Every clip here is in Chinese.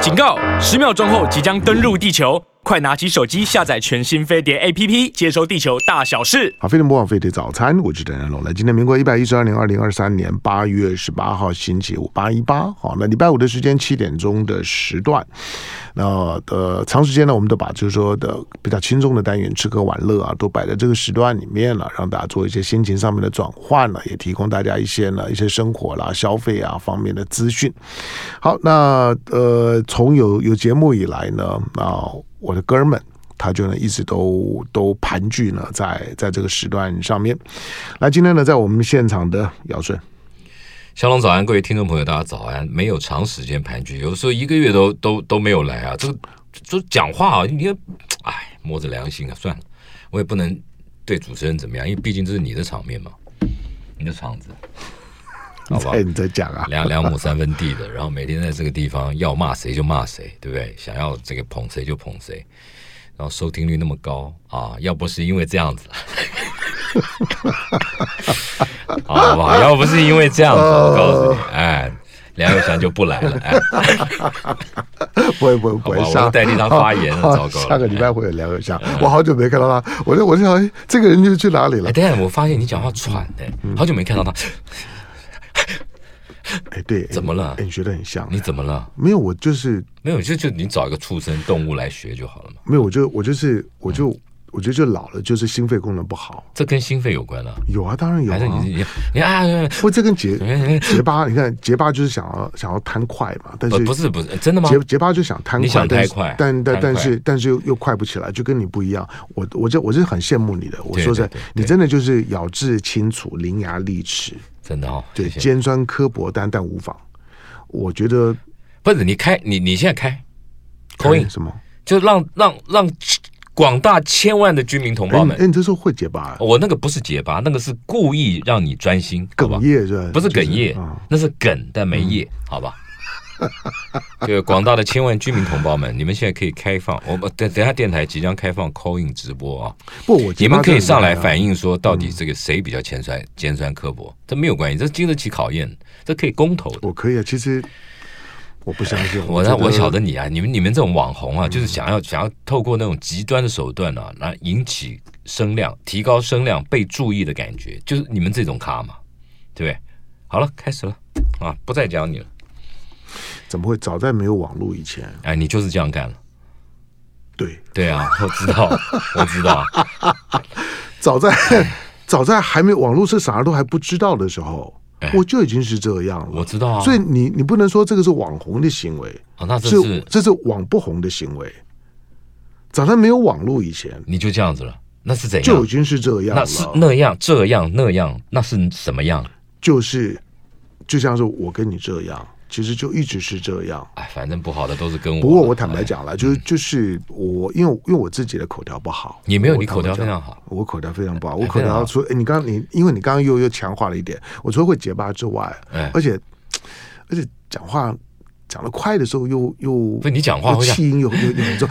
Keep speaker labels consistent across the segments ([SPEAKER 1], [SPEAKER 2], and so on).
[SPEAKER 1] 警告！十秒钟后即将登陆地球，快拿起手机下载全新飞碟 APP，接收地球大小事。
[SPEAKER 2] 好，非常播放飞碟早餐，我是陈仁龙。来，今天民国一百一十二年，二零二三年八月十八号，星期五，八一八。好，那礼拜五的时间七点钟的时段，那呃，长时间呢，我们都把就是说的比较轻松的单元，吃喝玩乐啊，都摆在这个时段里面了，让大家做一些心情上面的转换了，也提供大家一些呢一些生活啦、消费啊方面的资讯。好，那呃，从有有节目以来呢，啊，我的哥们。他就呢一直都都盘踞呢在在这个时段上面。来，今天呢在我们现场的尧舜，
[SPEAKER 3] 小龙早安，各位听众朋友，大家早安。没有长时间盘踞，有的时候一个月都都都没有来啊。这个就讲话啊，你看，哎，摸着良心啊，算了，我也不能对主持人怎么样，因为毕竟这是你的场面嘛，你的场子，好吧
[SPEAKER 2] 哎，？ 你在讲啊？
[SPEAKER 3] 两两亩三分地的，然后每天在这个地方要骂谁就骂谁，对不对？想要这个捧谁就捧谁，然后收听率那么高啊，要不是因为这样子，啊好不好？要不是因为这样子，我告诉你，哎，梁友祥就不来了，哎，
[SPEAKER 2] 不会不会不
[SPEAKER 3] 好
[SPEAKER 2] 会，
[SPEAKER 3] 吧
[SPEAKER 2] 下
[SPEAKER 3] 我代替他发 言了
[SPEAKER 2] 好
[SPEAKER 3] 糟糕了
[SPEAKER 2] 下个礼拜会有梁友祥，我好久没看到他，我就我就想，哎，这个人就去哪里了
[SPEAKER 3] 哎，？等一下我发现你讲话喘哎，好久没看到他，
[SPEAKER 2] 哎，对，哎
[SPEAKER 3] 怎么了
[SPEAKER 2] 哎你觉得很像？
[SPEAKER 3] 你怎么了？
[SPEAKER 2] 没有，我就是
[SPEAKER 3] 没有，就就你找一个畜生动物来学就好了嘛，
[SPEAKER 2] 没有，我就我就是我
[SPEAKER 3] 嗯
[SPEAKER 2] 就我觉得就老了，就是心肺功能不好。
[SPEAKER 3] 这跟心肺有关了，
[SPEAKER 2] 有啊，当然有
[SPEAKER 3] 还是
[SPEAKER 2] 啊。
[SPEAKER 3] 你你你啊？
[SPEAKER 2] 不，这跟结
[SPEAKER 3] 哎
[SPEAKER 2] 结巴， 你看结巴就是想要想要贪快嘛，但
[SPEAKER 3] 不
[SPEAKER 2] 是
[SPEAKER 3] 呃不是不是，真的吗？
[SPEAKER 2] 结结巴就想贪
[SPEAKER 3] 你
[SPEAKER 2] 快，
[SPEAKER 3] 想
[SPEAKER 2] 但是
[SPEAKER 3] 贪快
[SPEAKER 2] 但但
[SPEAKER 3] 贪
[SPEAKER 2] 但
[SPEAKER 3] 快
[SPEAKER 2] 是但是又又快不起来，就跟你不一样。我我这我是很羡慕你的，我
[SPEAKER 3] 对
[SPEAKER 2] 说
[SPEAKER 3] 对
[SPEAKER 2] 实在
[SPEAKER 3] 对，
[SPEAKER 2] 你真的就是咬字清楚、伶牙俐齿，
[SPEAKER 3] 真的哦，
[SPEAKER 2] 对，
[SPEAKER 3] 谢谢
[SPEAKER 2] 尖酸刻薄，但但无妨。我觉得
[SPEAKER 3] 不是你开你你现在开，口音
[SPEAKER 2] 哎什么？
[SPEAKER 3] 就让让让广大千万的居民同
[SPEAKER 2] 哎，
[SPEAKER 3] 胞
[SPEAKER 2] 你
[SPEAKER 3] 们，
[SPEAKER 2] 哎，你这时候会结巴，
[SPEAKER 3] 我那个不是结巴，那个是故意让你专心，好吧
[SPEAKER 2] 哽？咽是吧？
[SPEAKER 3] 不是
[SPEAKER 2] 就
[SPEAKER 3] 哽咽
[SPEAKER 2] 啊，
[SPEAKER 3] 那是梗但没咽，
[SPEAKER 2] 嗯
[SPEAKER 3] 好吧？对广大的千万居民同胞们，你们现在可以开放，我们等等下电台即将开放 call in 直播啊，
[SPEAKER 2] 不，我
[SPEAKER 3] 你
[SPEAKER 2] 结巴
[SPEAKER 3] 们可以
[SPEAKER 2] 真的
[SPEAKER 3] 上
[SPEAKER 2] 很
[SPEAKER 3] 来
[SPEAKER 2] 难啊
[SPEAKER 3] 反映说到
[SPEAKER 2] 嗯
[SPEAKER 3] 底这个谁比较尖酸尖酸刻薄，这没有关系，这经得起考验，这可以公投的。
[SPEAKER 2] 我可以啊，其实我不相信，
[SPEAKER 3] 我
[SPEAKER 2] 觉
[SPEAKER 3] 那我
[SPEAKER 2] 得嗯
[SPEAKER 3] 晓得你啊，你们你们这种网红啊，就是想要想要透过那种极端的手段啊，来引起声量，提高声量，被注意的感觉，就是你们这种咖嘛，对不对？好了，开始了啊，不再讲你了，
[SPEAKER 2] 怎么会早在没有网络以前，
[SPEAKER 3] 哎，你就是这样干了，
[SPEAKER 2] 对，
[SPEAKER 3] 对啊，我知道， 我知道，
[SPEAKER 2] 早在
[SPEAKER 3] 哎
[SPEAKER 2] 早在还没网络是啥都还不知道的时候，
[SPEAKER 3] 哎
[SPEAKER 2] 我就已经是这样了。
[SPEAKER 3] 我知道啊，
[SPEAKER 2] 所以你你不能说这个是网红的行为，
[SPEAKER 3] 哦，那这
[SPEAKER 2] 是
[SPEAKER 3] 是
[SPEAKER 2] 这是网不红的行为。早在没有网络以前
[SPEAKER 3] 你就这样子了，那是怎
[SPEAKER 2] 就已
[SPEAKER 3] 样？
[SPEAKER 2] 经是这样
[SPEAKER 3] 那是
[SPEAKER 2] 了，
[SPEAKER 3] 那样这样那样，那是什么样？
[SPEAKER 2] 就是就像是我跟你这样，其实就一直是这样。
[SPEAKER 3] 哎，反正不好的都是跟我。
[SPEAKER 2] 不过我坦
[SPEAKER 3] 哎
[SPEAKER 2] 白讲了，就是就是我因为我因为我自己的口条不好，
[SPEAKER 3] 你哎没有，
[SPEAKER 2] 我
[SPEAKER 3] 你
[SPEAKER 2] 坦
[SPEAKER 3] 口
[SPEAKER 2] 白
[SPEAKER 3] 条非
[SPEAKER 2] 讲
[SPEAKER 3] 常好。
[SPEAKER 2] 我口条非常不好，我
[SPEAKER 3] 哎
[SPEAKER 2] 口
[SPEAKER 3] 非常
[SPEAKER 2] 条
[SPEAKER 3] 好
[SPEAKER 2] 除哎你刚你，因为你刚刚又又强化了一点，我除了会结巴之外，
[SPEAKER 3] 哎
[SPEAKER 2] 而且而且讲话讲得快的时候又又
[SPEAKER 3] 不，你讲话
[SPEAKER 2] 又
[SPEAKER 3] 会这样
[SPEAKER 2] 气音又又又很 重，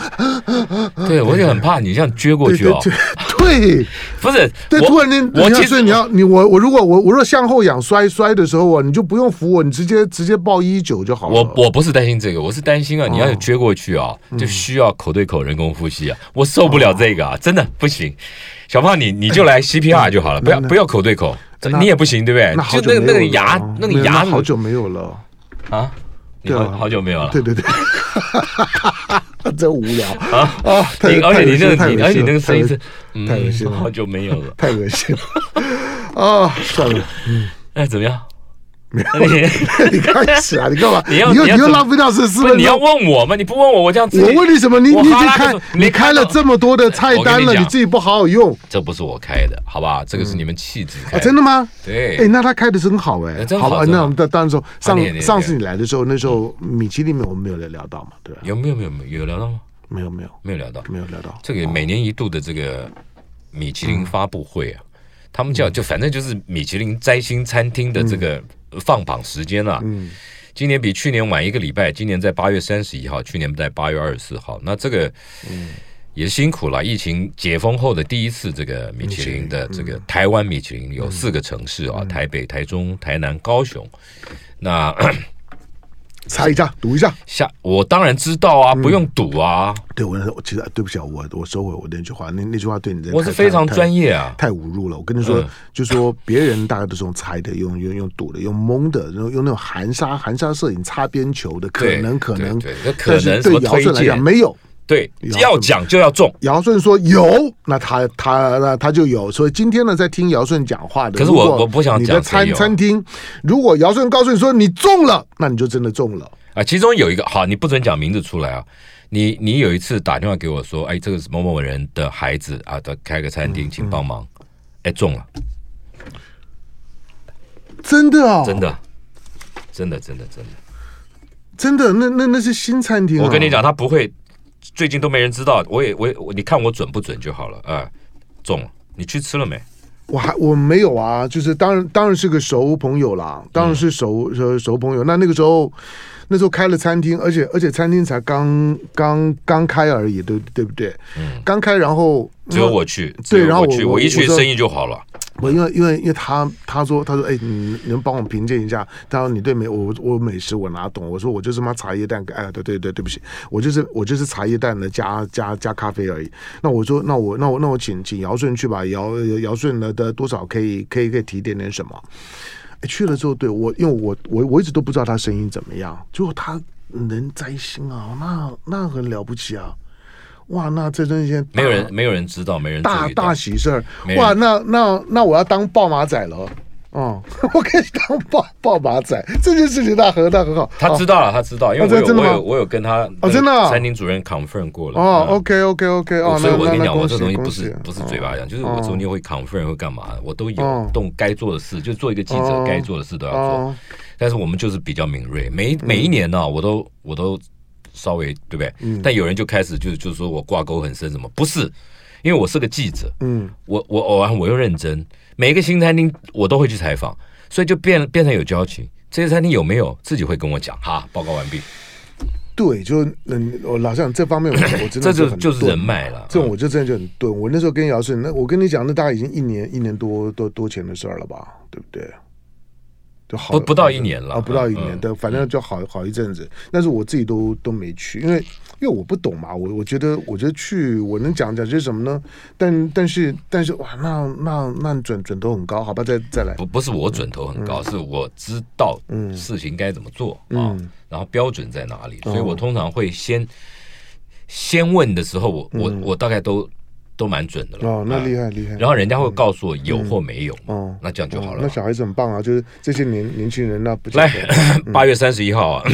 [SPEAKER 3] 对，我就很怕你这样撅过
[SPEAKER 2] 对
[SPEAKER 3] 去
[SPEAKER 2] 对
[SPEAKER 3] 哦。
[SPEAKER 2] 对
[SPEAKER 3] 不是，
[SPEAKER 2] 对，
[SPEAKER 3] 我
[SPEAKER 2] 突然间，你要
[SPEAKER 3] 我其
[SPEAKER 2] 所以
[SPEAKER 3] 实
[SPEAKER 2] 你要你我我如果我我若向后仰摔摔的时候啊，你就不用扶我，你直接直接报一九就好了。
[SPEAKER 3] 我我不是担心这个，我是担心啊，
[SPEAKER 2] 哦
[SPEAKER 3] 你要有撅过去啊，
[SPEAKER 2] 嗯
[SPEAKER 3] 就需要口对口人工呼吸啊，我受不了
[SPEAKER 2] 哦
[SPEAKER 3] 这个啊，真的不行。小胖，你你就来 CPR 就好了，不要
[SPEAKER 2] 嗯那
[SPEAKER 3] 不要口对口，这
[SPEAKER 2] 那
[SPEAKER 3] 你也不行，对不对
[SPEAKER 2] 那？好
[SPEAKER 3] 就
[SPEAKER 2] 久
[SPEAKER 3] 那个
[SPEAKER 2] 没
[SPEAKER 3] 那
[SPEAKER 2] 有
[SPEAKER 3] 个
[SPEAKER 2] 了
[SPEAKER 3] 牙
[SPEAKER 2] 哦
[SPEAKER 3] 那个
[SPEAKER 2] 没有
[SPEAKER 3] 牙
[SPEAKER 2] 好久没有了，
[SPEAKER 3] 啊，你
[SPEAKER 2] 对
[SPEAKER 3] 好
[SPEAKER 2] 啊
[SPEAKER 3] 好久没有了。
[SPEAKER 2] 对对对， 真无聊
[SPEAKER 3] 啊
[SPEAKER 2] 啊！太
[SPEAKER 3] 你而且你那
[SPEAKER 2] 太
[SPEAKER 3] 个
[SPEAKER 2] 恶心了
[SPEAKER 3] 你而且你那个声音是，
[SPEAKER 2] 太恶心了
[SPEAKER 3] 嗯，好久没有 了。
[SPEAKER 2] 太恶心了啊！算了。
[SPEAKER 3] 哎，怎么样？
[SPEAKER 2] 你开始啊！你干嘛？
[SPEAKER 3] 你要
[SPEAKER 2] 又
[SPEAKER 3] 你要
[SPEAKER 2] 又
[SPEAKER 3] 怎么
[SPEAKER 2] 浪费掉十四
[SPEAKER 3] 不是
[SPEAKER 2] 分
[SPEAKER 3] 你要
[SPEAKER 2] 钟。
[SPEAKER 3] 问我吗？你不问我，我这样自己
[SPEAKER 2] 我问你什么？你
[SPEAKER 3] 我
[SPEAKER 2] 你已
[SPEAKER 3] 哈
[SPEAKER 2] 经
[SPEAKER 3] 拉个
[SPEAKER 2] 开
[SPEAKER 3] 手
[SPEAKER 2] 你开了
[SPEAKER 3] 到
[SPEAKER 2] 这么多的菜
[SPEAKER 3] 我跟
[SPEAKER 2] 单
[SPEAKER 3] 你
[SPEAKER 2] 了，你
[SPEAKER 3] 讲
[SPEAKER 2] 自己不好好用
[SPEAKER 3] 这不是我开的，好吧？这个是你们气质
[SPEAKER 2] 啊？
[SPEAKER 3] 开的。
[SPEAKER 2] 真的吗？
[SPEAKER 3] 对，
[SPEAKER 2] 哎，那他开的真好哎
[SPEAKER 3] 哎，真
[SPEAKER 2] 好
[SPEAKER 3] 好
[SPEAKER 2] 吧？
[SPEAKER 3] 真
[SPEAKER 2] 那
[SPEAKER 3] 好啊
[SPEAKER 2] 我们当当然说
[SPEAKER 3] 你你
[SPEAKER 2] 上
[SPEAKER 3] 你
[SPEAKER 2] 上次你来的时候，那时候米其林面我们没有聊到嘛，对吧？
[SPEAKER 3] 有没有没有没有有聊到吗？
[SPEAKER 2] 没有没有
[SPEAKER 3] 没有聊到
[SPEAKER 2] 没有聊到，
[SPEAKER 3] 这个每年一度的这个米其林发布会啊，他们叫
[SPEAKER 2] 嗯
[SPEAKER 3] 就反正就是米其林摘星餐厅的这个放榜时间啊，
[SPEAKER 2] 嗯，
[SPEAKER 3] 今年比去年晚一个礼拜，今年在八月三十一号，去年在八月二十四号。那这个
[SPEAKER 2] 嗯
[SPEAKER 3] 也辛苦了，疫情解封后的第一次这个米其林的这个
[SPEAKER 2] 嗯
[SPEAKER 3] 台湾米其林有四个城市啊，台北、台中、台南、高雄。那
[SPEAKER 2] 猜一下，赌一下。
[SPEAKER 3] 下我当然知道
[SPEAKER 2] 嗯
[SPEAKER 3] 啊，不用赌啊，
[SPEAKER 2] 对我那时候，我其实对不起啊，我我收回我那句话，那那句话对你真的
[SPEAKER 3] 我
[SPEAKER 2] 太
[SPEAKER 3] 是非常专。
[SPEAKER 2] 太太
[SPEAKER 3] 业啊。
[SPEAKER 2] 太侮辱了！我跟你说，
[SPEAKER 3] 嗯
[SPEAKER 2] 就说别人大家都是用猜的，用用用赌的，用蒙的，然后用那种含沙含沙射影、擦边球的，可
[SPEAKER 3] 对
[SPEAKER 2] 能可能
[SPEAKER 3] 对对那可
[SPEAKER 2] 但是
[SPEAKER 3] 能什
[SPEAKER 2] 对
[SPEAKER 3] 么
[SPEAKER 2] 尧
[SPEAKER 3] 推
[SPEAKER 2] 舜来
[SPEAKER 3] 荐
[SPEAKER 2] 讲，没有。
[SPEAKER 3] 对
[SPEAKER 2] 有，
[SPEAKER 3] 要讲就要中。
[SPEAKER 2] 尧舜说有，那他他那他就有。所以今天呢，在听尧舜讲话的，
[SPEAKER 3] 可是
[SPEAKER 2] 如果
[SPEAKER 3] 我我不想
[SPEAKER 2] 你
[SPEAKER 3] 讲
[SPEAKER 2] 在
[SPEAKER 3] 谁
[SPEAKER 2] 餐
[SPEAKER 3] 有
[SPEAKER 2] 餐厅，如果尧舜告诉你说你中了，那你就真的中了。
[SPEAKER 3] 啊，其中有一个好，你不准讲名字出来啊。你你有一次打电话给我说，哎，这个是某某人的孩子啊，他开个餐
[SPEAKER 2] 嗯
[SPEAKER 3] 厅，请帮忙。哎，中了，
[SPEAKER 2] 真的哦，
[SPEAKER 3] 真的，真的，真的，真的。
[SPEAKER 2] 真的，那那那是新餐厅、啊。
[SPEAKER 3] 我跟你，讲，他不会，最近都没人知道。我也我也我，你看我准不准就好了。啊，中了，你去吃了没？
[SPEAKER 2] 我还我没有啊，就是当然当然是个熟朋友啦，当然是熟、熟熟朋友。那那个时候，那时候开了餐厅，而且而且餐厅才刚刚刚开而已，对对不对？嗯，刚开，然后
[SPEAKER 3] 只有我去，只
[SPEAKER 2] 嗯对
[SPEAKER 3] 有
[SPEAKER 2] 然后
[SPEAKER 3] 我去，
[SPEAKER 2] 我
[SPEAKER 3] 我一
[SPEAKER 2] 我
[SPEAKER 3] 去
[SPEAKER 2] 说
[SPEAKER 3] 生意就好了。
[SPEAKER 2] 我因为因为因为他他说他说哎，你你能帮我评鉴一下？他说你对美我我美食我哪懂？我说我就是妈茶叶蛋，哎，对对对，对不起，我就是我就是茶叶蛋的加加加咖啡而已。那我说那我那我那我请请尧舜去吧，尧尧舜呢的多少可以可以可以提点点什么？哎去了之后，对我因为我我我一直都不知道他生意怎么样，结果他能摘星啊，那那很了不起啊！哇，那这真是一件
[SPEAKER 3] 没有人，没有人知道，没人注
[SPEAKER 2] 啊大
[SPEAKER 3] 意到
[SPEAKER 2] 大。喜事儿
[SPEAKER 3] 没！人
[SPEAKER 2] 哇，那那那我要当抱马仔了，哦、 我可以当抱抱马仔，这件事情那很那很好。
[SPEAKER 3] 他知道了，他知道，因为
[SPEAKER 2] 哦
[SPEAKER 3] 我
[SPEAKER 2] 真
[SPEAKER 3] 有
[SPEAKER 2] 真的
[SPEAKER 3] 我
[SPEAKER 2] 吗
[SPEAKER 3] 有我有跟他那个
[SPEAKER 2] 真的啊
[SPEAKER 3] 餐厅主任 confirm 过了。
[SPEAKER 2] 哦
[SPEAKER 3] 嗯
[SPEAKER 2] o k OK OK 哦，
[SPEAKER 3] 所
[SPEAKER 2] 那
[SPEAKER 3] 以我
[SPEAKER 2] 那
[SPEAKER 3] 跟你
[SPEAKER 2] 那
[SPEAKER 3] 讲，
[SPEAKER 2] 恭
[SPEAKER 3] 我这
[SPEAKER 2] 喜
[SPEAKER 3] 东西
[SPEAKER 2] 恭
[SPEAKER 3] 不
[SPEAKER 2] 喜
[SPEAKER 3] 是不是嘴巴讲，就是
[SPEAKER 2] 哦
[SPEAKER 3] 我中间会 confirm 会干嘛，我都
[SPEAKER 2] 哦
[SPEAKER 3] 有动该做的事，就做一个记
[SPEAKER 2] 哦
[SPEAKER 3] 者该做的事都要做
[SPEAKER 2] 哦。嗯
[SPEAKER 3] 但是我们就是比较敏锐，每每一年呢，我都我都稍微对不对？
[SPEAKER 2] 嗯
[SPEAKER 3] 但有人就开始就就说我挂钩很深，什么不是？因为我是个记者，
[SPEAKER 2] 嗯，
[SPEAKER 3] 我我偶然我又认真，每一个新餐厅我都会去采访，所以就变变成有交情。这些餐厅有没有自己会跟我讲？哈，报告完毕，
[SPEAKER 2] 对，就嗯，我老实讲这方面我我真
[SPEAKER 3] 这
[SPEAKER 2] 的是
[SPEAKER 3] 就
[SPEAKER 2] 很
[SPEAKER 3] 就是
[SPEAKER 2] 钝
[SPEAKER 3] 人脉了。嗯
[SPEAKER 2] 这种我就真的就很钝。我那时候跟姚顺，那我跟你讲，那大概已经一年一年多多多前的事儿了吧，对不对？就好
[SPEAKER 3] 不不到一年了
[SPEAKER 2] 啊，不到一年，
[SPEAKER 3] 嗯
[SPEAKER 2] 对，反正就好好一阵子。但是我自己都都没去，因为因为我不懂嘛，我我觉得我觉得去我能讲讲些什么呢？但但是但是哇，那那那准准头很高，好吧，再再来
[SPEAKER 3] 不。不是我准头很
[SPEAKER 2] 嗯
[SPEAKER 3] 高，是我知道事情该怎么做啊，然后标准在哪里，所以
[SPEAKER 2] 哦
[SPEAKER 3] 我通常会先先问的时候，我我我大概都都蛮准的了。
[SPEAKER 2] 嗯哦，那
[SPEAKER 3] 啊
[SPEAKER 2] 厉害厉害。
[SPEAKER 3] 然后人家会告诉我有或没有
[SPEAKER 2] 哦，
[SPEAKER 3] 那这样就好
[SPEAKER 2] 哦
[SPEAKER 3] 了
[SPEAKER 2] 那
[SPEAKER 3] 嘛。
[SPEAKER 2] 小孩子很棒啊，就是这些年年轻人那不
[SPEAKER 3] 来， 八月三十一号啊，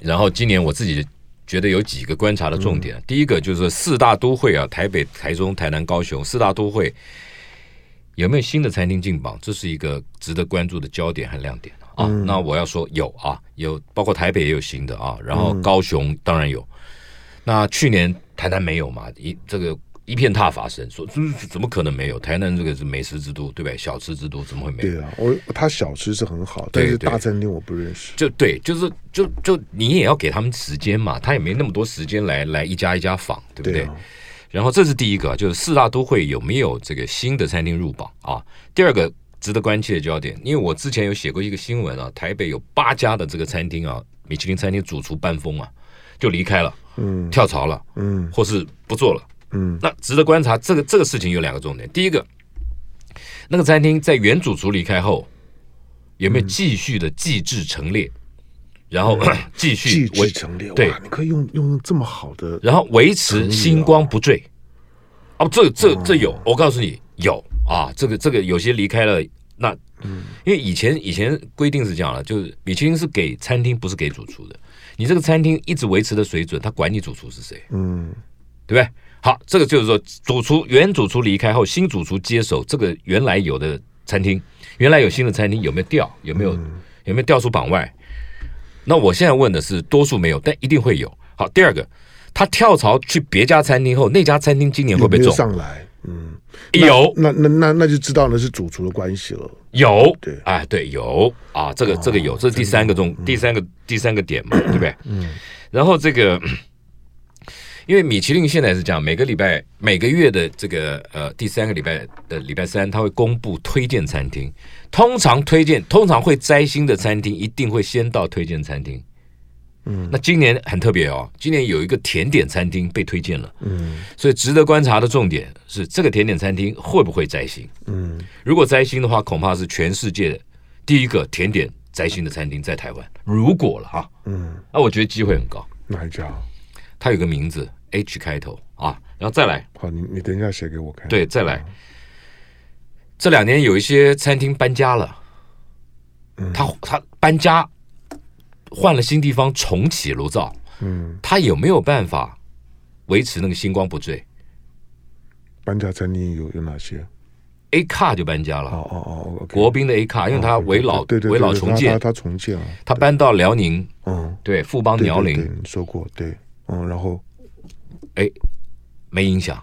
[SPEAKER 3] 然后今年我自己觉得有几个观察的重点，第一个就是四大都会啊，台北、台中、台南、高雄四大都会有没有新的餐厅进榜，这是一个值得关注的焦点和亮点啊。那我要说有啊，有包括台北也有新的啊，然后高雄当然有，那去年台南没有嘛，一这个。一片挞伐声，说这这怎么可能没有？台南这个是美食之都，对不对？小吃之都怎么会没有？
[SPEAKER 2] 对啊，我他小吃是很好，但
[SPEAKER 3] 对
[SPEAKER 2] 是
[SPEAKER 3] 对
[SPEAKER 2] 大餐厅我不认识。
[SPEAKER 3] 就对，就是就就你也要给他们时间嘛，他也没那么多时间来来一家一家访，对不对？
[SPEAKER 2] 对啊
[SPEAKER 3] 然后这是第一个，就是四大都会有没有这个新的餐厅入榜啊？第二个值得关切的焦点，因为我之前有写过一个新闻啊，台北有八家的这个餐厅啊，米其林餐厅主厨班风啊，就离开了，嗯，跳槽了，
[SPEAKER 2] 嗯
[SPEAKER 3] 或是不做了。
[SPEAKER 2] 嗯，
[SPEAKER 3] 那值得观察这个这个事情有两个重点，第一个，那个餐厅在原主厨离开后，有
[SPEAKER 2] 嗯
[SPEAKER 3] 没有继续的继制陈列，然后 继
[SPEAKER 2] 继
[SPEAKER 3] 续
[SPEAKER 2] 之
[SPEAKER 3] 维，
[SPEAKER 2] 陈列，
[SPEAKER 3] 对
[SPEAKER 2] 哇，你可以用用这么好的，
[SPEAKER 3] 然后维持星光不坠。哦，这这这有，我告诉你有啊，这个这个有些离开了那，因为以前以前规定是这样了，就是米其林是给餐厅，不是给主厨的。你这个餐厅一直维持的水准，他管你主厨是谁。
[SPEAKER 2] 嗯
[SPEAKER 3] 对不对？好，这个就是说，主厨原主厨离开后，新主厨接手这个原来有的餐厅，原来有新的餐厅有没有掉？有没有、
[SPEAKER 2] 嗯
[SPEAKER 3] 有没有掉出榜外？那我现在问的是，多数没有，但一定会有。好，第二个，他跳槽去别家餐厅后，那家餐厅今年会
[SPEAKER 2] 有
[SPEAKER 3] 不会
[SPEAKER 2] 没有
[SPEAKER 3] 中？
[SPEAKER 2] 上来？嗯，
[SPEAKER 3] 有
[SPEAKER 2] 那那那那就知道呢是主厨的关系了。
[SPEAKER 3] 有，
[SPEAKER 2] 对
[SPEAKER 3] 哎，对，有啊，这个这个有，这是第 嗯三个重，第三个第三个点嘛，对不对？嗯。然后这个，因为米其林现在是这样，每个礼拜每个月的这个呃第三个礼拜的礼拜三，他会公布推荐餐厅。通常推荐，通常会摘星的餐厅一定会先到推荐餐厅。嗯，那今年很特别哦，今年有一个甜点餐厅被推荐了。嗯，所以值得观察的重点是这个甜点餐厅会不会摘星。
[SPEAKER 2] 嗯，
[SPEAKER 3] 如果摘星的话，恐怕是全世界第一个甜点摘星的餐厅在台湾。如果了哈，
[SPEAKER 2] 嗯，
[SPEAKER 3] 那我觉得机会很高。
[SPEAKER 2] 哪一家？
[SPEAKER 3] 它有个名字 H 开头啊，然后再来，
[SPEAKER 2] 好，你你等一下写给我看。
[SPEAKER 3] 对，再来。这两年有一些餐厅搬家了，
[SPEAKER 2] 嗯
[SPEAKER 3] 他他搬家换了新地方，重启炉灶，
[SPEAKER 2] 嗯，
[SPEAKER 3] 他有没有办法维持那个星光不坠
[SPEAKER 2] 搬家餐厅有有哪些？
[SPEAKER 3] ？A 卡就搬家
[SPEAKER 2] 哦
[SPEAKER 3] 了，
[SPEAKER 2] 哦哦，OK，
[SPEAKER 3] 国宾的 A 卡，因为它围老
[SPEAKER 2] 对对对
[SPEAKER 3] 围老
[SPEAKER 2] 对
[SPEAKER 3] 重
[SPEAKER 2] 他
[SPEAKER 3] 建，
[SPEAKER 2] 他他重建啊，
[SPEAKER 3] 他搬到辽宁，
[SPEAKER 2] 嗯，
[SPEAKER 3] 对，富邦
[SPEAKER 2] 对对
[SPEAKER 3] 辽
[SPEAKER 2] 对
[SPEAKER 3] 宁
[SPEAKER 2] 你说过对，嗯，然后
[SPEAKER 3] 没影响。啊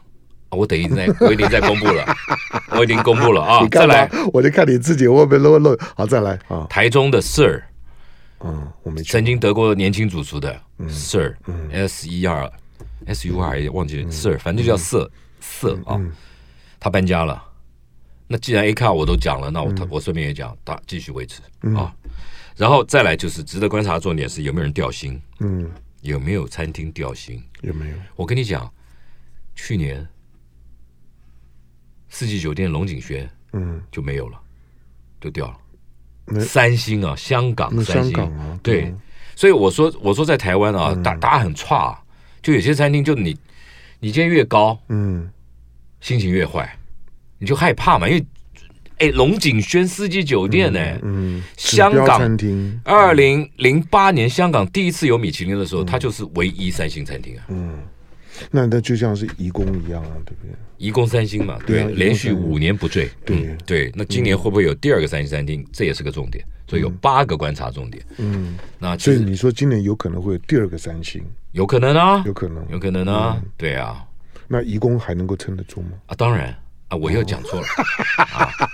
[SPEAKER 3] 我等一在，我已经在公布 了，我已经公布了啊！
[SPEAKER 2] 你
[SPEAKER 3] 再
[SPEAKER 2] 干嘛
[SPEAKER 3] 来，？
[SPEAKER 2] 我就看你自己会不会漏漏。好，再来啊，
[SPEAKER 3] 台中的 Sir
[SPEAKER 2] 嗯，我没嗯去
[SPEAKER 3] 曾，经得过年轻主厨的 Sir S E R S U R 也忘
[SPEAKER 2] 嗯
[SPEAKER 3] 记了 Sir，反正就叫 Sir Sir 啊，他搬家了。那既然 A 卡我都讲了，那
[SPEAKER 2] 嗯
[SPEAKER 3] 我我顺便也讲，他继续维持啊。然后再来就是值得观察的重点是有没有人掉星，
[SPEAKER 2] 嗯，
[SPEAKER 3] 有没有餐厅掉星。
[SPEAKER 2] 有没有？
[SPEAKER 3] 我跟你讲，去年四季酒店龙井轩
[SPEAKER 2] 嗯，
[SPEAKER 3] 就没有了，就掉了。
[SPEAKER 2] 那
[SPEAKER 3] 三星啊，香港
[SPEAKER 2] 那
[SPEAKER 3] 三
[SPEAKER 2] 香
[SPEAKER 3] 星
[SPEAKER 2] 港啊，嗯
[SPEAKER 3] 对，所以我说我说在台湾啊，打打很差、啊，就有些餐厅就你你今天越高，
[SPEAKER 2] 嗯，
[SPEAKER 3] 心情越坏，你就害怕嘛，因为哎，龙井轩四季酒店呢、
[SPEAKER 2] 嗯，
[SPEAKER 3] 香
[SPEAKER 2] 指标
[SPEAKER 3] 港
[SPEAKER 2] 餐厅，
[SPEAKER 3] 二零零八年香港第一次有米其林的
[SPEAKER 2] 嗯
[SPEAKER 3] 时候，它就是唯一三星餐厅啊，
[SPEAKER 2] 那那就像是移工一样啊，对不对？
[SPEAKER 3] 一共三星嘛，
[SPEAKER 2] 对啊
[SPEAKER 3] 对，
[SPEAKER 2] 一共
[SPEAKER 3] 连续
[SPEAKER 2] 三星
[SPEAKER 3] 五年不坠，
[SPEAKER 2] 对
[SPEAKER 3] 嗯对，那今年会不会有第二个三星餐厅？这也是个重点，所以有八个观察重点，
[SPEAKER 2] 嗯，
[SPEAKER 3] 那其
[SPEAKER 2] 所以
[SPEAKER 3] 实
[SPEAKER 2] 你说今年有可能会有第二个三星，
[SPEAKER 3] 有可能啊
[SPEAKER 2] 有，可能，嗯
[SPEAKER 3] 有可能啊，对啊，
[SPEAKER 2] 那移工还能够撑得住吗？
[SPEAKER 3] 啊，当然啊，我又讲 错了。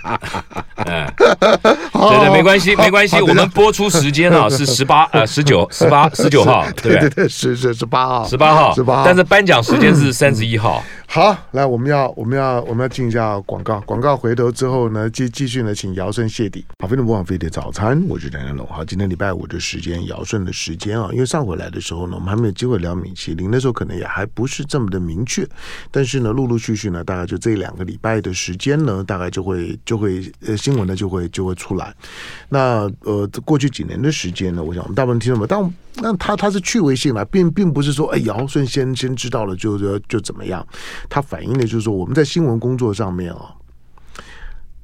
[SPEAKER 2] 哦
[SPEAKER 3] 啊，哎，对对，没关系，没关系，我们播出时间 啊是十八呃十九十八十九号，对
[SPEAKER 2] 对
[SPEAKER 3] 不对？
[SPEAKER 2] 对，是是是八号，
[SPEAKER 3] 十八号，
[SPEAKER 2] 十八号。
[SPEAKER 3] 但是颁奖时间 是三十一号。
[SPEAKER 2] 好，来，我们要我们要我们要进一下广告，广告回头之后呢，继继续呢，请尧舜谢底。好，非常不枉费的早餐，我是陈仁龙。好，今天礼拜五的时间，尧舜的时间啊，因为上回来的时候呢，我们还没有机会聊米其林，那时候可能也还不是这么的明确，但是呢，陆陆续续呢，大概就这两个礼拜的时间呢，大概就会就会呃新闻呢就会就会出来。那呃，这过去几年的时间呢，我想我们大部分听众们，但那它它是趣味性啦，并并不是说哎尧舜先先知道了就就就怎么样，它反映的就是说我们在新闻工作上面啊。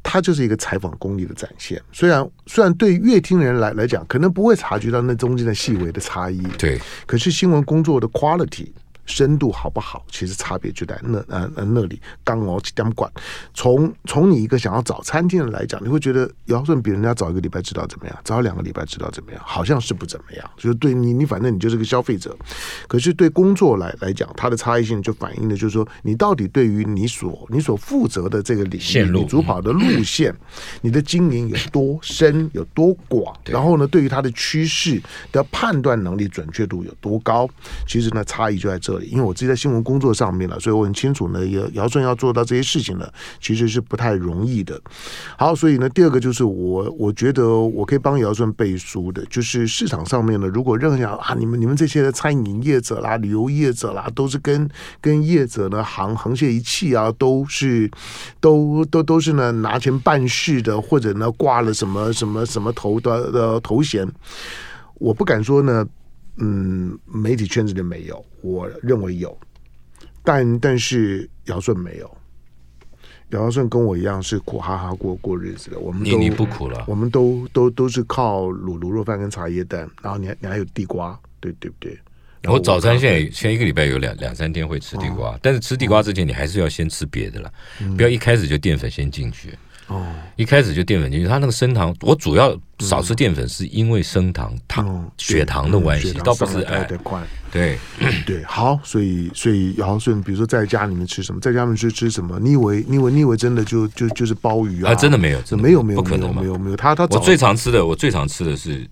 [SPEAKER 2] 它就是一个采访功力的展现，虽然虽然对乐听人来来讲，可能不会察觉到那中间的细微的差异，
[SPEAKER 3] 对，
[SPEAKER 2] 可是新闻工作的 quality 深度好不好，其实差别就在那呃呃那里。刚哦，这样管，从从你一个想要找餐厅的来讲，你会觉得尧舜比人家早一个礼拜知道怎么样，早两个礼拜知道怎么样，好像是不怎么样。就是对你，你反正你就是个消费者。可是对工作来来讲，它的差异性就反映的就是说，你到底对于你所你所负责的这个领域，
[SPEAKER 3] 线路
[SPEAKER 2] 你主跑的路线，你的经营有多深、有多广，然后呢，对于它的趋势的判断能力、准确度有多高，其实呢，差异就在这里。因为我自己在新闻工作上面了，所以我很清楚呢，也姚顺要做到这些事情呢，其实是不太容易的。好，所以呢，第二个就是我我觉得我可以帮姚顺背书的，就是市场上面呢，如果任何人讲啊，你们你们这些的餐饮业者啦、旅游业者啦，都是跟跟业者呢沆沆瀣一气啊，都是都都都是呢拿钱办事的，或者呢挂了什么什么什么头的呃头衔，我不敢说呢，嗯，媒体圈子里没有，我认为有，但但是尧舜没有。尧舜跟我一样是苦哈哈过过日子的，我们
[SPEAKER 3] 你
[SPEAKER 2] 都
[SPEAKER 3] 你不苦了
[SPEAKER 2] 我，们都都都是靠卤卤肉饭跟茶叶蛋，然后你还你还有地瓜，对对不对？然后
[SPEAKER 3] 我早餐现在现在一个礼拜有两两三天会吃地
[SPEAKER 2] 哦
[SPEAKER 3] 瓜，但是吃地瓜之前你还是要先吃别的啦，不要一开始就淀粉先进去。
[SPEAKER 2] 嗯哦，
[SPEAKER 3] 一开始就淀粉进去，它那个升糖，我主要少吃淀粉是因为升糖糖
[SPEAKER 2] 嗯
[SPEAKER 3] 血糖的关
[SPEAKER 2] 血
[SPEAKER 3] 系，
[SPEAKER 2] 糖
[SPEAKER 3] 倒不
[SPEAKER 2] 上
[SPEAKER 3] 是
[SPEAKER 2] 来啊太
[SPEAKER 3] 哎
[SPEAKER 2] 太快。
[SPEAKER 3] 对。
[SPEAKER 2] 对，好，所以所以尧舜，比如说在家里面吃什么，在家里面吃吃什么？你以为你以为你以为真的就就就是鲍鱼啊？
[SPEAKER 3] 啊，真的没有，真的
[SPEAKER 2] 没有没有
[SPEAKER 3] 不可
[SPEAKER 2] 没有
[SPEAKER 3] 能嘛
[SPEAKER 2] 没。有没有，他他
[SPEAKER 3] 我
[SPEAKER 2] 早
[SPEAKER 3] 最常吃的，我最常吃的是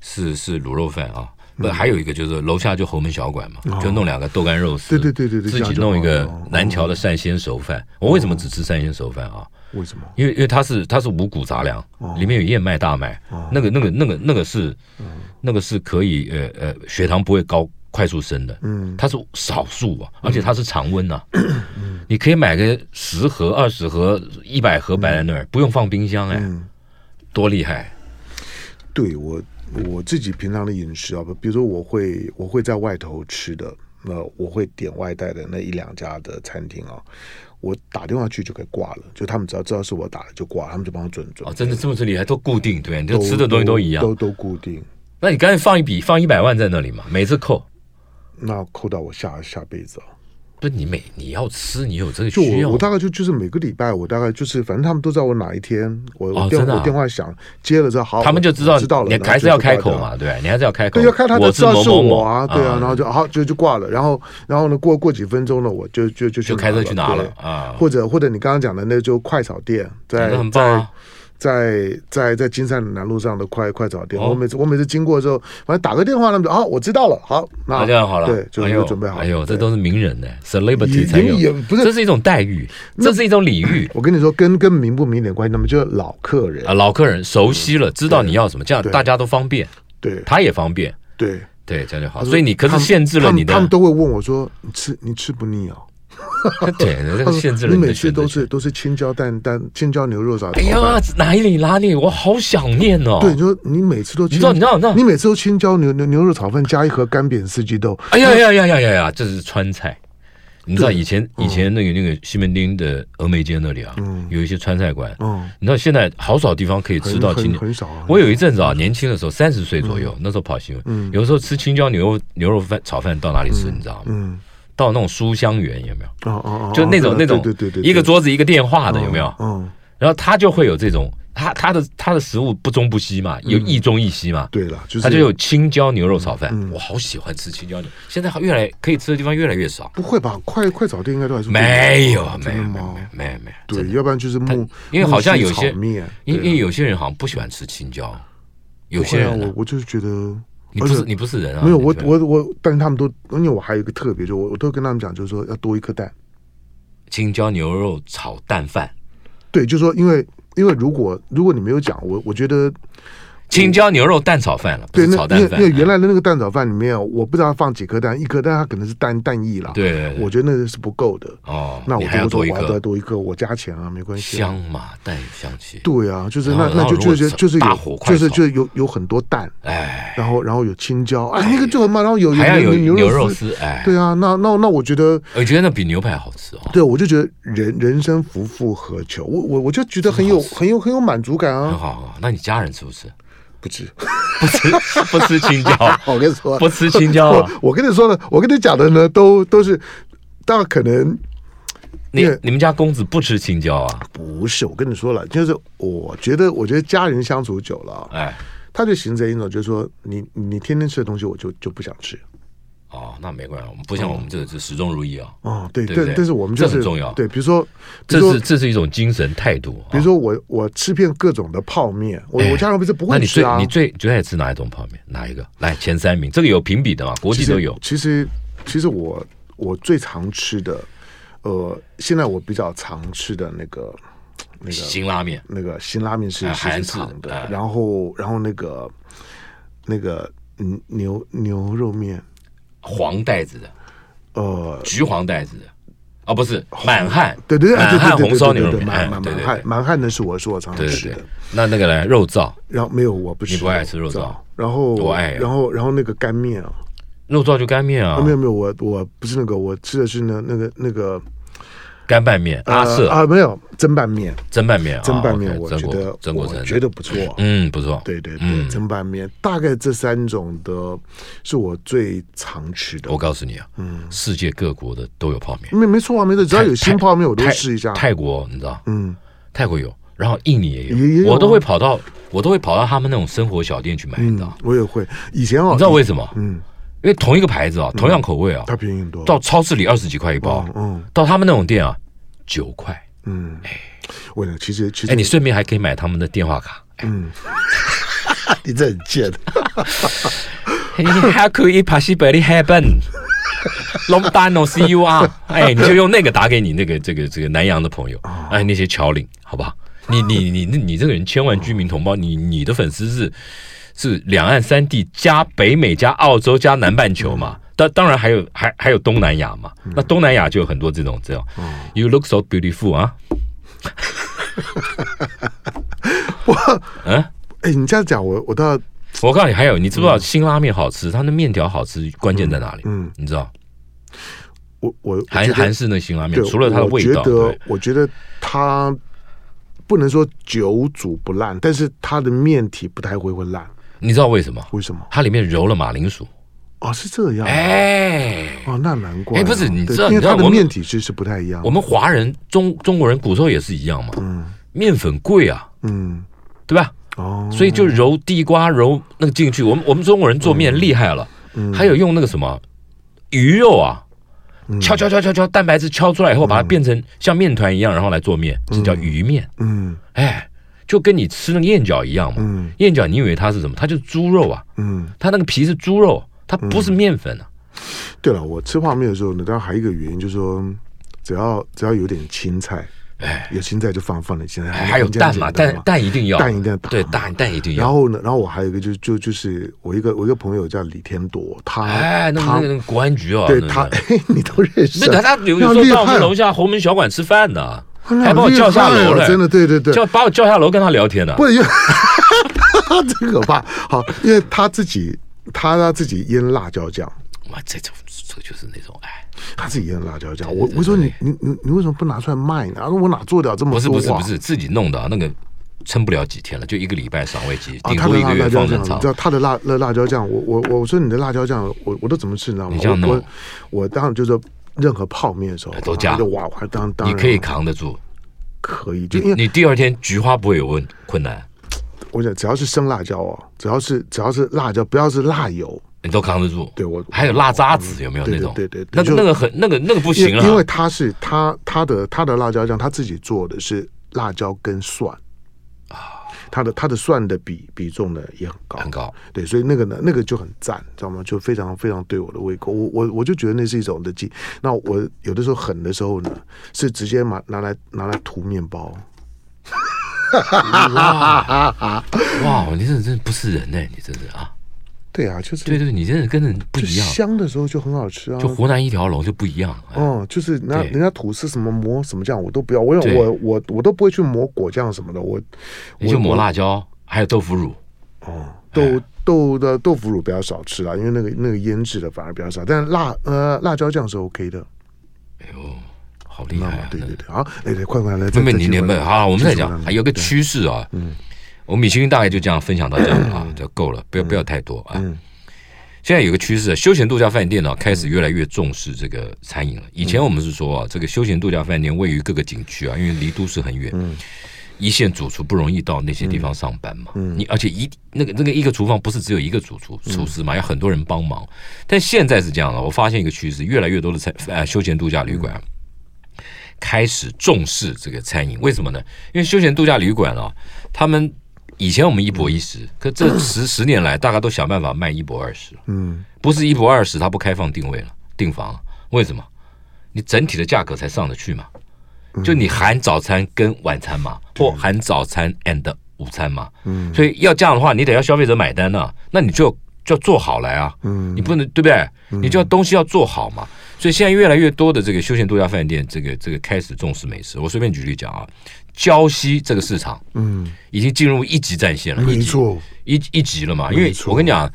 [SPEAKER 3] 是是卤肉饭啊，
[SPEAKER 2] 嗯
[SPEAKER 3] 不，还有一个就是楼下就侯门小馆嘛，就弄两个豆干肉
[SPEAKER 2] 对
[SPEAKER 3] 丝，
[SPEAKER 2] 哦对对对对
[SPEAKER 3] 自
[SPEAKER 2] 这样
[SPEAKER 3] 己
[SPEAKER 2] 就哦
[SPEAKER 3] 弄一个
[SPEAKER 2] 好了
[SPEAKER 3] 南桥的鳝鲜熟饭。我为什么只吃鳝鲜熟饭啊？
[SPEAKER 2] 为什么？
[SPEAKER 3] 因为因为它是它是五谷杂粮，
[SPEAKER 2] 哦
[SPEAKER 3] 里面有燕麦、大麦，那个那个那个那个是
[SPEAKER 2] 嗯
[SPEAKER 3] 那个是可以呃呃血糖不会高。快速升的，嗯，它是少数啊，
[SPEAKER 2] 嗯
[SPEAKER 3] 而且它是常温呐、你可以买个十盒、二十盒、一百盒
[SPEAKER 2] 嗯
[SPEAKER 3] 摆在那儿，不用放冰箱，哎，多厉害！
[SPEAKER 2] 对我我自己平常的饮食啊，比如说我会我会在外头吃的，那、我会点外带的那一两家的餐厅啊，我打电话去就给挂了，就他们只要知道是我打了就挂了，他们就帮我准准。
[SPEAKER 3] 哦，真的这么厉害，都固定，对，你这
[SPEAKER 2] 都
[SPEAKER 3] 吃的东西都一样，
[SPEAKER 2] 都都固定，
[SPEAKER 3] 那你干脆放一笔，放一百万在那里嘛，每次扣。
[SPEAKER 2] 那扣到我下下辈子啊。
[SPEAKER 3] 不是你每你要吃，你有这个
[SPEAKER 2] 就
[SPEAKER 3] 需要
[SPEAKER 2] 我，我大概就就是每个礼拜，我大概就是反正他们都知道我哪一天，我
[SPEAKER 3] 哦
[SPEAKER 2] 我电
[SPEAKER 3] 真的啊
[SPEAKER 2] 我电话响接了之后，好，
[SPEAKER 3] 他们就知
[SPEAKER 2] 哦
[SPEAKER 3] 道
[SPEAKER 2] 我知道啊了，
[SPEAKER 3] 你还是要开口
[SPEAKER 2] 嘛。
[SPEAKER 3] 嘛，对吧？你还是要开口。
[SPEAKER 2] 对，要看他
[SPEAKER 3] 哦我
[SPEAKER 2] 的
[SPEAKER 3] 是
[SPEAKER 2] 知道
[SPEAKER 3] 某
[SPEAKER 2] 是
[SPEAKER 3] 某某
[SPEAKER 2] 我啊，对啊，然后就好就就挂了，然后然后呢，过过几分钟呢，我就就就去
[SPEAKER 3] 就开车去拿了
[SPEAKER 2] 对
[SPEAKER 3] 啊。
[SPEAKER 2] 或者或者你刚刚讲的那就快炒店，在
[SPEAKER 3] 那很棒啊！
[SPEAKER 2] 在在在金山南路上的快快炒店，
[SPEAKER 3] 哦
[SPEAKER 2] 我每次我每次经过之后，反正打个电话，他们就哦，我知道了，好，那
[SPEAKER 3] 那这样好了，
[SPEAKER 2] 对，就
[SPEAKER 3] 哎
[SPEAKER 2] 是
[SPEAKER 3] 呦
[SPEAKER 2] 准备好了，
[SPEAKER 3] 哎呦，这
[SPEAKER 2] 对
[SPEAKER 3] 都是名人呢
[SPEAKER 2] 也
[SPEAKER 3] ，celebrity 才有，
[SPEAKER 2] 也不是
[SPEAKER 3] 这是一种待遇，这是一种礼遇
[SPEAKER 2] 我跟你说，跟跟名不名点关系，那么就是老客人
[SPEAKER 3] 啊。，老客人熟悉了，知道你要什么，这
[SPEAKER 2] 嗯
[SPEAKER 3] 样
[SPEAKER 2] 对
[SPEAKER 3] 大家都方便，
[SPEAKER 2] 对
[SPEAKER 3] 他也方便，
[SPEAKER 2] 对，
[SPEAKER 3] 对，这样就好。
[SPEAKER 2] 他说
[SPEAKER 3] 所以你可
[SPEAKER 2] 他
[SPEAKER 3] 是
[SPEAKER 2] 们
[SPEAKER 3] 限制了
[SPEAKER 2] 他们
[SPEAKER 3] 你的
[SPEAKER 2] 他，们都会问我说，你吃你吃不腻哦。
[SPEAKER 3] 对，
[SPEAKER 2] 他
[SPEAKER 3] 这个
[SPEAKER 2] 说
[SPEAKER 3] 限制了
[SPEAKER 2] 你
[SPEAKER 3] 你
[SPEAKER 2] 每
[SPEAKER 3] 的
[SPEAKER 2] 次
[SPEAKER 3] 选
[SPEAKER 2] 都
[SPEAKER 3] 择
[SPEAKER 2] 是
[SPEAKER 3] 权。
[SPEAKER 2] 都是青椒蛋蛋青椒牛肉炒
[SPEAKER 3] 哎
[SPEAKER 2] 炒
[SPEAKER 3] 呀
[SPEAKER 2] 饭，
[SPEAKER 3] 哪里哪里，我好想念哦。
[SPEAKER 2] 对，你说你每次都青
[SPEAKER 3] 你知道你知道你知道
[SPEAKER 2] 你每次都青椒牛牛牛肉炒饭加一盒干煸四季豆，
[SPEAKER 3] 哎呀呀呀呀呀呀！这是川菜，你知道以前
[SPEAKER 2] 嗯
[SPEAKER 3] 以前那个那个西门町的峨眉街那里啊，有一些川菜馆。
[SPEAKER 2] 嗯，
[SPEAKER 3] 你知道现在好少地方可以吃
[SPEAKER 2] 很
[SPEAKER 3] 到青
[SPEAKER 2] 很嗯
[SPEAKER 3] 椒。
[SPEAKER 2] 很少啊。
[SPEAKER 3] 我有一阵子啊，年轻的时候，三十岁左右，那时候跑新闻，有时候吃青椒牛肉牛肉饭炒饭到哪里吃，你知道吗？
[SPEAKER 2] 嗯，
[SPEAKER 3] 到那种书香园有没有？
[SPEAKER 2] 哦哦哦，
[SPEAKER 3] 就那种
[SPEAKER 2] 哦
[SPEAKER 3] 那种
[SPEAKER 2] 对对对，对
[SPEAKER 3] 一个桌子一个电话的有没有？
[SPEAKER 2] 嗯，
[SPEAKER 3] 然后他就会有这种，他他的他的食物不中不西嘛，
[SPEAKER 2] 嗯
[SPEAKER 3] 有一中一西嘛。
[SPEAKER 2] 对了，就是嗯
[SPEAKER 3] 他就有青椒牛肉炒饭，我好喜欢吃青椒牛。现在越来可以吃的地方越来越少，
[SPEAKER 2] 不会吧？快快炒店应该都还是
[SPEAKER 3] 没有，啊没
[SPEAKER 2] 真
[SPEAKER 3] 有，
[SPEAKER 2] 的
[SPEAKER 3] 没有
[SPEAKER 2] 吗？
[SPEAKER 3] 没有，没有，
[SPEAKER 2] 对啊
[SPEAKER 3] 真，的。
[SPEAKER 2] 要不然就是木，
[SPEAKER 3] 因为好像有
[SPEAKER 2] 木须
[SPEAKER 3] 些
[SPEAKER 2] 炒面，
[SPEAKER 3] 因因
[SPEAKER 2] 对啊
[SPEAKER 3] 为有些人好像不喜欢吃青椒，有些
[SPEAKER 2] 不
[SPEAKER 3] 人
[SPEAKER 2] 会啊
[SPEAKER 3] 呢
[SPEAKER 2] 我，我就是觉得
[SPEAKER 3] 你不是
[SPEAKER 2] 而且
[SPEAKER 3] 你不是人啊？
[SPEAKER 2] 没有，
[SPEAKER 3] 你
[SPEAKER 2] 我
[SPEAKER 3] 觉得
[SPEAKER 2] 我我，但是他们都，因为我还有一个特别，就我我都跟他们讲，就是说要多一颗蛋。
[SPEAKER 3] 青椒牛肉炒蛋饭，
[SPEAKER 2] 对，就是说因为因为如果如果你没有讲，我我觉得
[SPEAKER 3] 青椒牛肉蛋炒饭了，不
[SPEAKER 2] 对
[SPEAKER 3] 是
[SPEAKER 2] 那
[SPEAKER 3] 炒
[SPEAKER 2] 那
[SPEAKER 3] 蛋饭啊
[SPEAKER 2] 那。原来的那个蛋炒饭里面，我不知道放几颗蛋，一颗蛋它可能是蛋蛋液啦。，
[SPEAKER 3] 对对，对
[SPEAKER 2] 我觉得那个是不够的。
[SPEAKER 3] 哦，
[SPEAKER 2] 那我
[SPEAKER 3] 你还要
[SPEAKER 2] 就说
[SPEAKER 3] 多
[SPEAKER 2] 我
[SPEAKER 3] 一
[SPEAKER 2] 要再
[SPEAKER 3] 颗
[SPEAKER 2] 多一颗，我加钱啊，没关系啊。
[SPEAKER 3] 香嘛，蛋有香气。
[SPEAKER 2] 对啊，就是
[SPEAKER 3] 然
[SPEAKER 2] 那
[SPEAKER 3] 后
[SPEAKER 2] 那
[SPEAKER 3] 然后
[SPEAKER 2] 就
[SPEAKER 3] 如果
[SPEAKER 2] 就是
[SPEAKER 3] 是
[SPEAKER 2] 就是
[SPEAKER 3] 大
[SPEAKER 2] 有
[SPEAKER 3] 火快
[SPEAKER 2] 就是
[SPEAKER 3] 炒
[SPEAKER 2] 就是有有很多蛋，
[SPEAKER 3] 哎，
[SPEAKER 2] 然后然后有青椒，哎，那个就很棒，然后有
[SPEAKER 3] 还要有
[SPEAKER 2] 牛
[SPEAKER 3] 牛肉
[SPEAKER 2] 肉。
[SPEAKER 3] 丝，哎，
[SPEAKER 2] 对啊，那那那我觉得
[SPEAKER 3] 我觉得那比牛排好吃哦，
[SPEAKER 2] 对，啊我就觉得人人生不负何求，我我我就觉得很有很有很有满足感
[SPEAKER 3] 很
[SPEAKER 2] 啊！
[SPEAKER 3] 好很好。那你家人吃不吃？
[SPEAKER 2] 不止，
[SPEAKER 3] 不吃不吃青椒， 啊
[SPEAKER 2] 我跟你说，
[SPEAKER 3] 不吃青椒啊
[SPEAKER 2] 我！我跟你说的，我跟你讲的呢，都都是，但可能
[SPEAKER 3] 你
[SPEAKER 2] 因为
[SPEAKER 3] 你们家公子不吃青椒啊？
[SPEAKER 2] 不是。我跟你说了，就是我觉得，我觉得家人相处久了啊，
[SPEAKER 3] 哎，
[SPEAKER 2] 他就形成一种，就是说，你你天天吃的东西，我就就不想吃。
[SPEAKER 3] 哦，那没关系，我们不像我们这个是始终如一啊，
[SPEAKER 2] 哦，对，
[SPEAKER 3] 对不
[SPEAKER 2] 但
[SPEAKER 3] 对
[SPEAKER 2] 但是我们就
[SPEAKER 3] 这
[SPEAKER 2] 是
[SPEAKER 3] 很重要
[SPEAKER 2] 对，比如说，比
[SPEAKER 3] 这
[SPEAKER 2] 如
[SPEAKER 3] 是
[SPEAKER 2] 说。
[SPEAKER 3] 这是一种精神态度啊。
[SPEAKER 2] 比如说我我吃遍各种的泡面，我我家人不是不
[SPEAKER 3] 哎那
[SPEAKER 2] 会
[SPEAKER 3] 你
[SPEAKER 2] 吃
[SPEAKER 3] 最
[SPEAKER 2] 啊。
[SPEAKER 3] 你最最爱吃哪一种泡面？哪一个？来前三名，这个有评比的嘛？国际
[SPEAKER 2] 其实
[SPEAKER 3] 都有。
[SPEAKER 2] 其实其实我我最常吃的，呃，现在我比较常吃的那个那个
[SPEAKER 3] 辛拉面，
[SPEAKER 2] 那个辛拉面是
[SPEAKER 3] 哎
[SPEAKER 2] 是
[SPEAKER 3] 韩式
[SPEAKER 2] 长的，
[SPEAKER 3] 哎
[SPEAKER 2] 然后然后那个那个嗯牛牛肉面，
[SPEAKER 3] 黄袋子的，
[SPEAKER 2] 呃，
[SPEAKER 3] 橘黄袋子的，啊，不是满汉，
[SPEAKER 2] 对对对
[SPEAKER 3] 满汉
[SPEAKER 2] 对对
[SPEAKER 3] 红
[SPEAKER 2] 对
[SPEAKER 3] 烧
[SPEAKER 2] 对
[SPEAKER 3] 牛
[SPEAKER 2] 对对，
[SPEAKER 3] 肉面，哎
[SPEAKER 2] 满满
[SPEAKER 3] 对
[SPEAKER 2] 满
[SPEAKER 3] 对
[SPEAKER 2] 汉
[SPEAKER 3] 对
[SPEAKER 2] 满汉的是我是我常常
[SPEAKER 3] 对
[SPEAKER 2] 吃
[SPEAKER 3] 对
[SPEAKER 2] 的
[SPEAKER 3] 对，。那那个呢？肉燥，
[SPEAKER 2] 然后没有我不吃，
[SPEAKER 3] 你不爱吃肉燥
[SPEAKER 2] 然后
[SPEAKER 3] 我爱啊
[SPEAKER 2] 然后然后那个干面啊，
[SPEAKER 3] 肉燥就干面啊
[SPEAKER 2] 啊，没有没有，我我不是那个，我吃的是那那个那个
[SPEAKER 3] 干拌面，
[SPEAKER 2] 呃
[SPEAKER 3] 阿舍
[SPEAKER 2] 啊，没有蒸拌面，
[SPEAKER 3] 蒸拌面啊，
[SPEAKER 2] 蒸拌面
[SPEAKER 3] OK，
[SPEAKER 2] 我
[SPEAKER 3] 蒸
[SPEAKER 2] 觉
[SPEAKER 3] 果
[SPEAKER 2] 得
[SPEAKER 3] 蒸果
[SPEAKER 2] 我
[SPEAKER 3] 蒸
[SPEAKER 2] 觉
[SPEAKER 3] 的，
[SPEAKER 2] 得不错，
[SPEAKER 3] 嗯，不错。
[SPEAKER 2] 对对对，
[SPEAKER 3] 嗯
[SPEAKER 2] 蒸拌面大概这三种的是我最常吃的
[SPEAKER 3] 我。告诉你啊，
[SPEAKER 2] 嗯
[SPEAKER 3] 世界各国的都有泡面，
[SPEAKER 2] 没没错啊，没错，只要有新泡面我都
[SPEAKER 3] 泰
[SPEAKER 2] 试一下。
[SPEAKER 3] 泰国你知道，
[SPEAKER 2] 嗯，
[SPEAKER 3] 泰国有，然后印尼也有，
[SPEAKER 2] 也也有啊
[SPEAKER 3] 我都会跑到我都会跑到他们那种生活小店去买，你知道
[SPEAKER 2] 嗯，我也会。以前哦，
[SPEAKER 3] 你知道为什么？
[SPEAKER 2] 嗯，
[SPEAKER 3] 因为同一个牌子啊，同样口味啊，
[SPEAKER 2] 它便宜很多。
[SPEAKER 3] 到超市里二十几块一包，
[SPEAKER 2] 嗯
[SPEAKER 3] 到他们那种店啊，九块。
[SPEAKER 2] 嗯，我呢，其实其嗯实
[SPEAKER 3] 哎哎，你顺便还可以 买他们的电话卡。
[SPEAKER 2] 你这很贱。
[SPEAKER 3] How could it possibly happen? 哦 Long time no see you are。哎，你就用那个打给你那个这个这个南洋的朋友，
[SPEAKER 2] 哦
[SPEAKER 3] 哎，那些侨领，好不好？你你你你你这个人，千万居民同胞，你你的粉丝是是两岸三地加北美加澳洲加南半球嘛？
[SPEAKER 2] 嗯
[SPEAKER 3] 当当然还有还还有东南亚嘛？那东南亚就有很多这种这种
[SPEAKER 2] 哦
[SPEAKER 3] ，You look so beautiful 啊，我嗯。
[SPEAKER 2] 哎，你这样讲，我我倒
[SPEAKER 3] 我告诉你，还有你知不知道辛拉面好吃？它的面条好吃，关键在哪里？
[SPEAKER 2] 嗯嗯
[SPEAKER 3] 你知道
[SPEAKER 2] 我我我
[SPEAKER 3] 韩
[SPEAKER 2] 觉得
[SPEAKER 3] 韩式那辛拉面
[SPEAKER 2] 对，，
[SPEAKER 3] 除了它的味道，
[SPEAKER 2] 我觉得
[SPEAKER 3] 对，
[SPEAKER 2] 我觉得它不能说久煮不烂，但是它的面体不太会会烂，
[SPEAKER 3] 你知道为什么？
[SPEAKER 2] 为什么？
[SPEAKER 3] 它里面揉了马铃薯。
[SPEAKER 2] 哦，是这样啊。
[SPEAKER 3] 哎，
[SPEAKER 2] 哦，那难怪啊。
[SPEAKER 3] 哎不是你
[SPEAKER 2] 对
[SPEAKER 3] 知道
[SPEAKER 2] 因为
[SPEAKER 3] 你知道
[SPEAKER 2] 它的
[SPEAKER 3] 我们
[SPEAKER 2] 面体是是不太一样的。
[SPEAKER 3] 我们华人中中国人古时候也是一样嘛，
[SPEAKER 2] 嗯
[SPEAKER 3] 面粉贵啊，
[SPEAKER 2] 嗯
[SPEAKER 3] 对吧？
[SPEAKER 2] 哦，
[SPEAKER 3] 所以就揉地瓜揉那个进去。我们我们中国人做面厉害了，
[SPEAKER 2] 嗯
[SPEAKER 3] 还有用那个什么鱼肉啊，
[SPEAKER 2] 嗯
[SPEAKER 3] 敲敲敲敲敲，蛋白质敲出来以后，把它变成像面团一样，然后来做面，这叫鱼面。
[SPEAKER 2] 嗯
[SPEAKER 3] 哎，就跟你吃那个燕饺一样嘛。
[SPEAKER 2] 嗯
[SPEAKER 3] 燕饺你以为它是什么？它就是猪肉啊，
[SPEAKER 2] 嗯，
[SPEAKER 3] 它那个皮是猪肉，它不是面粉啊。
[SPEAKER 2] 对了，我吃泡面的时候呢，当然还有一个原因就是说，只要只要有点青菜，
[SPEAKER 3] 哎，
[SPEAKER 2] 有青菜就放放点青菜，
[SPEAKER 3] 还有蛋嘛，
[SPEAKER 2] 这样简
[SPEAKER 3] 蛋
[SPEAKER 2] 单
[SPEAKER 3] 蛋一定要，
[SPEAKER 2] 蛋一定要打
[SPEAKER 3] 对，蛋蛋一定
[SPEAKER 2] 然
[SPEAKER 3] 要。
[SPEAKER 2] 后呢，然后我还有一个就就就是我一个我一个朋友叫李天铎，他
[SPEAKER 3] 哎，那个
[SPEAKER 2] 他
[SPEAKER 3] 那个那个国安局啊，
[SPEAKER 2] 对
[SPEAKER 3] 那个
[SPEAKER 2] 他，嘿 你都认识
[SPEAKER 3] 那个
[SPEAKER 2] 啊？
[SPEAKER 3] 他有时
[SPEAKER 2] 那
[SPEAKER 3] 候
[SPEAKER 2] 厉
[SPEAKER 3] 到我
[SPEAKER 2] 害
[SPEAKER 3] 们楼下鸿门小馆吃饭呢，
[SPEAKER 2] 他俩
[SPEAKER 3] 还把我
[SPEAKER 2] 厉
[SPEAKER 3] 叫下
[SPEAKER 2] 害
[SPEAKER 3] 楼
[SPEAKER 2] 啊
[SPEAKER 3] 了
[SPEAKER 2] 真的，对对对，
[SPEAKER 3] 叫把我叫下楼跟他聊天呢。
[SPEAKER 2] 不，因为 真可怕。好，因为他自己他他自己腌辣椒酱，
[SPEAKER 3] 哇，这种这个就是那种哎，
[SPEAKER 2] 他自己腌辣椒酱。我我说你你你你为什么不拿出来卖呢？他啊说我哪做得了这么
[SPEAKER 3] 不
[SPEAKER 2] 多
[SPEAKER 3] 是
[SPEAKER 2] 啊
[SPEAKER 3] 不是不是自己弄的啊，那个撑不了几天了，就一个礼拜赏味期，
[SPEAKER 2] 啊，
[SPEAKER 3] 顶
[SPEAKER 2] 他
[SPEAKER 3] 多
[SPEAKER 2] 的
[SPEAKER 3] 一
[SPEAKER 2] 辣
[SPEAKER 3] 个
[SPEAKER 2] 辣
[SPEAKER 3] 月
[SPEAKER 2] 椒
[SPEAKER 3] 放
[SPEAKER 2] 酱，
[SPEAKER 3] 冷
[SPEAKER 2] 你
[SPEAKER 3] 藏
[SPEAKER 2] 知。道他的辣辣辣椒酱，我我我我说你的辣椒酱，我我都怎么吃，你知道吗？
[SPEAKER 3] 你这样
[SPEAKER 2] 我
[SPEAKER 3] 弄哎
[SPEAKER 2] 我我当然就是任何泡面的时候
[SPEAKER 3] 都加
[SPEAKER 2] 啊就哇，我当当
[SPEAKER 3] 你
[SPEAKER 2] 然
[SPEAKER 3] 可以扛得住，
[SPEAKER 2] 可以，就因
[SPEAKER 3] 你
[SPEAKER 2] 为
[SPEAKER 3] 你第二天菊花不会有问困难，
[SPEAKER 2] 我想只要是生辣椒哦，只要是只要是辣椒，不要是辣油，
[SPEAKER 3] 你都扛得住。
[SPEAKER 2] 对我
[SPEAKER 3] 还有辣渣子有没有
[SPEAKER 2] 对
[SPEAKER 3] 那种？
[SPEAKER 2] 对对对
[SPEAKER 3] 那个
[SPEAKER 2] 就
[SPEAKER 3] 那个很那个那个不
[SPEAKER 2] 因
[SPEAKER 3] 行
[SPEAKER 2] 为因为
[SPEAKER 3] 了。
[SPEAKER 2] 他是他他的他的辣椒酱，他自己做的是辣椒跟蒜他的他的蒜的比比重呢也很高，
[SPEAKER 3] 啊很高，
[SPEAKER 2] 对，所以那个呢，那个就很赞，知道吗？就非常非常对我的胃口，我我我就觉得那是一种的技。那我有的时候狠的时候呢，是直接拿拿来拿来涂面包，
[SPEAKER 3] 哇，你这真的不是人呢、你真是啊！
[SPEAKER 2] 对啊，就是
[SPEAKER 3] 对对，你真的跟人不
[SPEAKER 2] 就
[SPEAKER 3] 一样，
[SPEAKER 2] 香的时候就很好吃啊，
[SPEAKER 3] 就湖南一条龙就不一样。哎
[SPEAKER 2] 哦，就是人家
[SPEAKER 3] 对
[SPEAKER 2] 人家吐司什么磨什么酱我都不要，我
[SPEAKER 3] 对
[SPEAKER 2] 我我我都不会去磨果酱什么的，我
[SPEAKER 3] 你就哎抹辣椒，还有豆腐乳，
[SPEAKER 2] 哦，豆豆的豆腐乳比较少吃啦，因为那个那个腌制的反而比较少，但是辣呃辣椒酱是 OK 的，
[SPEAKER 3] 哎呦，好
[SPEAKER 2] 你
[SPEAKER 3] 厉
[SPEAKER 2] 知道
[SPEAKER 3] 害
[SPEAKER 2] 吗
[SPEAKER 3] 啊！？
[SPEAKER 2] 对
[SPEAKER 3] 那
[SPEAKER 2] 对
[SPEAKER 3] 个
[SPEAKER 2] 对，好，哎对，快快来，
[SPEAKER 3] 妹妹，
[SPEAKER 2] 再
[SPEAKER 3] 你
[SPEAKER 2] 继续
[SPEAKER 3] 你
[SPEAKER 2] 回
[SPEAKER 3] 们
[SPEAKER 2] 来
[SPEAKER 3] 好了，我们再讲，还有个
[SPEAKER 2] 对
[SPEAKER 3] 趋势啊。嗯，我们米其林大概就这样分享到这样了啊，就够了，不要不要太多啊
[SPEAKER 2] 嗯。
[SPEAKER 3] 现在有个趋势，休闲度假饭店呢、开始越来越重视这个餐饮了。以前我们是说啊，这个休闲度假饭店位于各个景区啊，因为离都市很远，一线主厨不容易到那些地方上班嘛。你而且一那个那个一个厨房不是只有一个主厨厨师嘛，要很多人帮忙。但现在是这样了，我发现一个趋势，越来越多的餐呃休闲度假旅馆啊、开始重视这个餐饮，为什么呢？因为休闲度假旅馆啊，他们以前我们一博一十，可 这十十年来，大家都想办法卖一博二十，
[SPEAKER 2] 嗯
[SPEAKER 3] 不是一博二十，它不开放定位了，订房了为什么？你整体的价格才上得去嘛，
[SPEAKER 2] 嗯
[SPEAKER 3] 就你含早餐跟晚餐嘛，或含早餐 and 午餐嘛，
[SPEAKER 2] 嗯
[SPEAKER 3] 所以要这样的话，你得要消费者买单呐、那你就就要做好来啊，
[SPEAKER 2] 嗯
[SPEAKER 3] 你不能对不对？你就要东西要做好嘛。所以现在越来越多的这个休闲度假饭店，这个这个开始重视美食。我随便举例讲啊，礁溪这个市场
[SPEAKER 2] 嗯，
[SPEAKER 3] 已经进入一级战线了，一
[SPEAKER 2] 没
[SPEAKER 3] 级
[SPEAKER 2] 错，
[SPEAKER 3] 一一级了嘛。因为
[SPEAKER 2] 没错
[SPEAKER 3] 我跟你讲，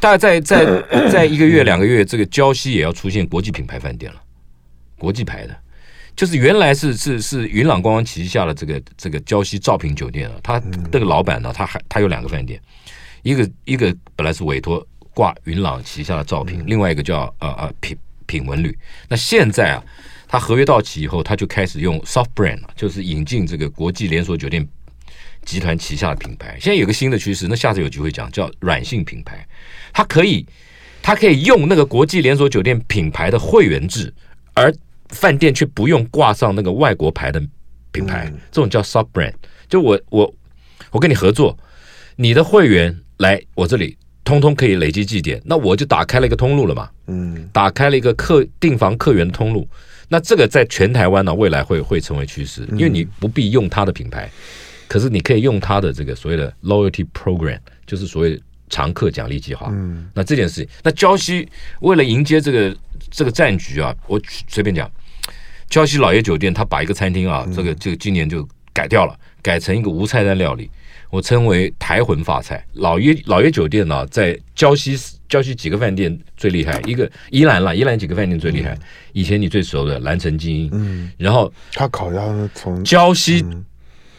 [SPEAKER 3] 大概在在 在一个月两个月，这个礁溪也要出现国际品牌饭店了，国际牌的。就是原来是是是云朗观光旗下的这个这个礁溪兆品酒店啊，
[SPEAKER 2] 嗯
[SPEAKER 3] 他那个老板呢，他还他有两个饭店，一个一个本来是委托挂云朗旗下的照品，
[SPEAKER 2] 嗯
[SPEAKER 3] 另外一个叫呃呃品品文旅。那现在啊，他合约到期以后，他就开始用 soft brand，了就是引进这个国际连锁酒店集团旗下的品牌。现在有个新的趋势，那下次有机会讲，叫软性品牌，它可以它可以用那个国际连锁酒店品牌的会员制，而饭店却不用挂上那个外国牌的品牌，这种叫 sub brand。就我我我跟你合作，你的会员来我这里通通可以累积绩点，那我就打开了一个通路了嘛，
[SPEAKER 2] 嗯，
[SPEAKER 3] 打开了一个客订房客源的通路。那这个在全台湾呢、未来会会成为趋势，因为你不必用它的品牌，可是你可以用它的这个所谓的 loyalty program，就是所谓常客奖励计划。嗯，那这件事情，那胶西为了迎接这个这个战局啊，我随便讲，胶西老爷酒店它把一个餐厅啊，这个这个今年就改掉了，改成一个无菜单料理。我称为台魂法菜。老爷老爷酒店呢、在胶西胶西几个饭店最厉害，一个宜兰啦，宜兰几个饭店最厉害。以前你最熟的蓝城精英，嗯，然后
[SPEAKER 2] 他烤鸭从
[SPEAKER 3] 胶西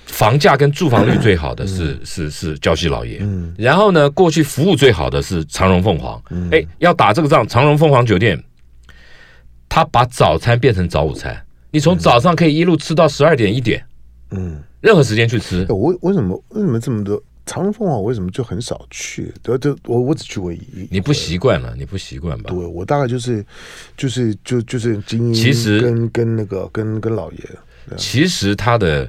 [SPEAKER 3] 房价跟住房率最好的是、是是胶西老爷，嗯，然后呢，过去服务最好的是长荣凤凰，哎、要打这个仗，长荣凤凰酒店，他把早餐变成早午餐，你从早上可以一路吃到十二点一点，
[SPEAKER 2] 嗯，
[SPEAKER 3] 任何时间去吃
[SPEAKER 2] 哎，我为什么为什么这么多长荣凤凰？我为什么就很少去？对，就我我只去过一，
[SPEAKER 3] 你不习惯了，你不习惯吧
[SPEAKER 2] 对？我大概就是就是就就是精英，
[SPEAKER 3] 其实
[SPEAKER 2] 跟跟那个跟跟老爷
[SPEAKER 3] 其实它的，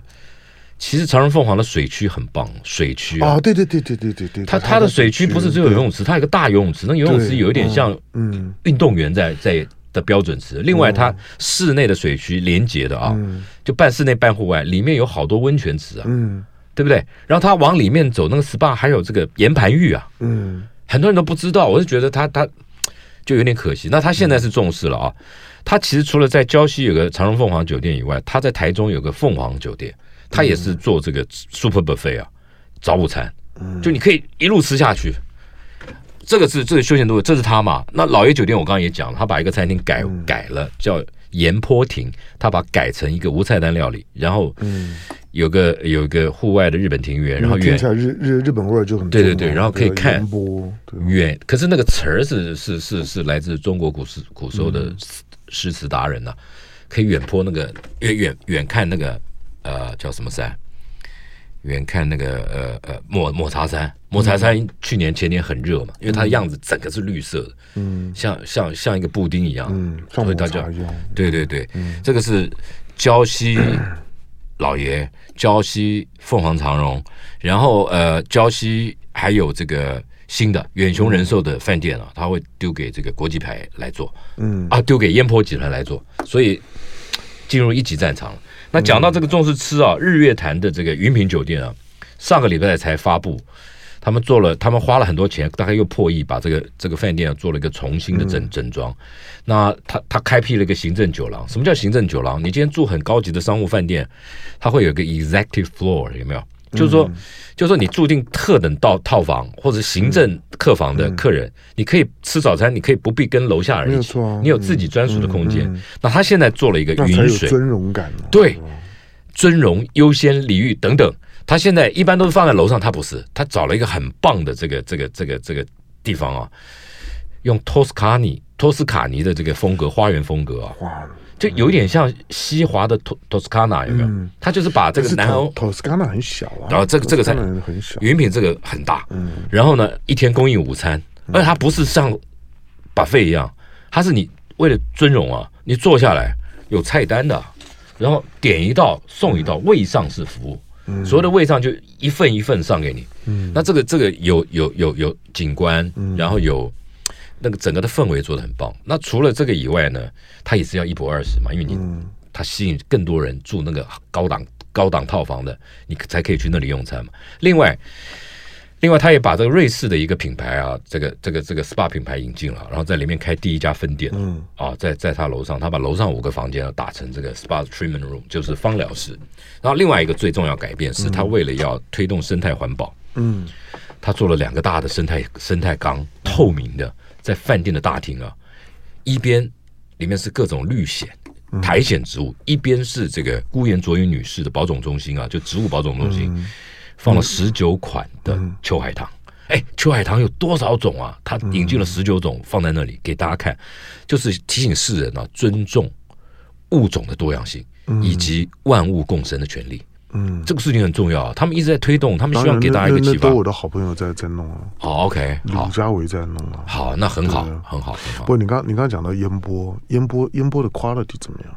[SPEAKER 3] 其实长荣凤凰的水区很棒，水区啊，
[SPEAKER 2] 哦，对对对对对对对，
[SPEAKER 3] 它它的水区不是只有游泳池，它有一个大游泳池，那游泳池
[SPEAKER 2] 对
[SPEAKER 3] 有一点像
[SPEAKER 2] 嗯
[SPEAKER 3] 运动员在在的标准池。另外，它室内的水区连接的啊，就半室内半户外，里面有好多温泉池啊，
[SPEAKER 2] 嗯
[SPEAKER 3] 对不对？然后它往里面走，那个 SPA 还有这个岩盘浴啊，
[SPEAKER 2] 嗯
[SPEAKER 3] 很多人都不知道，我是觉得他他就有点可惜。那他现在是重视了啊。他其实除了在礁溪有个长荣凤凰酒店以外，他在台中有个凤凰酒店，他也是做这个 super buffet 啊，早午餐，就你可以一路吃下去。这个是这个休闲度，这是他嘛？那老爷酒店我刚刚也讲了，他把一个餐厅改改了，叫盐坡亭，他把它改成一个无菜单料理，然后
[SPEAKER 2] 嗯，
[SPEAKER 3] 有个有一个户外的日本庭园，然后
[SPEAKER 2] 听
[SPEAKER 3] 远
[SPEAKER 2] 起来日日日本味儿就很
[SPEAKER 3] 对对
[SPEAKER 2] 重
[SPEAKER 3] 对
[SPEAKER 2] 啊
[SPEAKER 3] 然后可以
[SPEAKER 2] 对
[SPEAKER 3] 看嗯
[SPEAKER 2] 盐波对
[SPEAKER 3] 远，可是那个词儿是是是是来自中国古诗古时候的诗诗词达人呐、啊可以远坡那个远远远看那个呃叫什么山，远看那个呃呃抹抹茶山，抹茶山去年前年很热嘛，因为它的样子整个是绿色的，
[SPEAKER 2] 嗯
[SPEAKER 3] 像像像一个布丁一样，
[SPEAKER 2] 嗯，像
[SPEAKER 3] 所
[SPEAKER 2] 抹
[SPEAKER 3] 以大家
[SPEAKER 2] 茶一样，
[SPEAKER 3] 对对对，这个是胶西老爷、胶西凤凰长荣，然后呃，胶西还有这个新的远雄人寿的饭店啊，他会丢给这个国际牌来做
[SPEAKER 2] 嗯
[SPEAKER 3] 啊，丢给燕坡集团来做，所以进入一级战场了。那讲到这个重视吃啊，日月潭的这个云品酒店啊，上个礼拜才发布。他们做了，他们花了很多钱，大概又破亿，把这个这个饭店啊做了一个重新的
[SPEAKER 2] 嗯
[SPEAKER 3] 整整装。那他他开辟了一个行政酒廊。什么叫行政酒廊？你今天住很高级的商务饭店，它会有一个 executive floor，有没有？就是
[SPEAKER 2] 嗯
[SPEAKER 3] 说，就是说你住进特等到套房或者行
[SPEAKER 2] 嗯
[SPEAKER 3] 政客房的客人，你可以吃早餐，你可以不必跟楼下人
[SPEAKER 2] 没
[SPEAKER 3] 一
[SPEAKER 2] 有
[SPEAKER 3] 起，
[SPEAKER 2] 错啊
[SPEAKER 3] 你有自己专属的空间
[SPEAKER 2] 嗯嗯嗯。
[SPEAKER 3] 那他现在做了一个
[SPEAKER 2] 那才
[SPEAKER 3] 云
[SPEAKER 2] 有
[SPEAKER 3] 水，
[SPEAKER 2] 尊荣感啊。
[SPEAKER 3] 对，尊荣、优先、礼遇等等，他现在一般都是放在楼上，他不是，他找了一个很棒的这个这个这个这个地方啊，用托斯卡尼托斯卡尼的这个风格，花园风格啊，
[SPEAKER 2] 哇，
[SPEAKER 3] 就有点像西华的托托斯卡纳，有没有？
[SPEAKER 2] 嗯
[SPEAKER 3] 他就是把这
[SPEAKER 2] 这
[SPEAKER 3] 个南欧
[SPEAKER 2] t o s c a 很小啊，
[SPEAKER 3] 然后这个这个才
[SPEAKER 2] Toscana 很小，
[SPEAKER 3] 云品这个很大，
[SPEAKER 2] 嗯
[SPEAKER 3] 然后呢，一天供应午餐，而且它不是像把费一样，它是你为了尊荣啊，你坐下来有菜单的，然后点一道送一道，位上式服务。所谓的位上就一份一份上给你，嗯，那这个这个有有有有景观，然后有那个整个的氛围做得很棒。那除了这个以外呢，它也是要一博二十嘛，因为你
[SPEAKER 2] 嗯
[SPEAKER 3] 它吸引更多人住那个高档高档套房的，你才可以去那里用餐嘛。另外，另外，他也把这个瑞士的一个品牌啊，这个这个这个 SPA 品牌引进了，然后在里面开第一家分店
[SPEAKER 2] 嗯
[SPEAKER 3] 啊，在在他楼上，他把楼上五个房间啊打成这个 SPA treatment room，就是芳疗室。然后另外一个最重要改变是，他为了要推动生态环保，
[SPEAKER 2] 嗯
[SPEAKER 3] 他做了两个大的生态生态缸，透明的，在饭店的大厅啊，一边里面是各种绿藓、
[SPEAKER 2] 嗯
[SPEAKER 3] 苔藓植物，一边是这个孤岩卓云女士的保种中心啊，就植物保种中心，
[SPEAKER 2] 嗯
[SPEAKER 3] 放了十九款的秋海棠。哎，秋海棠有多少种啊？他引
[SPEAKER 2] 嗯
[SPEAKER 3] 进了十九种，放在那里给大家看，就是提醒世人啊，尊重物种的多样性，以及万物共生的权利。
[SPEAKER 2] 嗯，
[SPEAKER 3] 这个事情很重要啊，他们一直在推动，他们
[SPEAKER 2] 当
[SPEAKER 3] 希望
[SPEAKER 2] 然
[SPEAKER 3] 给
[SPEAKER 2] 那
[SPEAKER 3] 大家一个
[SPEAKER 2] 那
[SPEAKER 3] 启
[SPEAKER 2] 那
[SPEAKER 3] 发
[SPEAKER 2] 都。我的好朋友在在弄啊，
[SPEAKER 3] 哦，OK，
[SPEAKER 2] 李
[SPEAKER 3] 好，
[SPEAKER 2] 佳维在弄啊。
[SPEAKER 3] 好，那很好
[SPEAKER 2] 对啊，
[SPEAKER 3] 很好，很好
[SPEAKER 2] 不，。你刚你刚讲到烟波，烟波烟波的 quality 怎么样？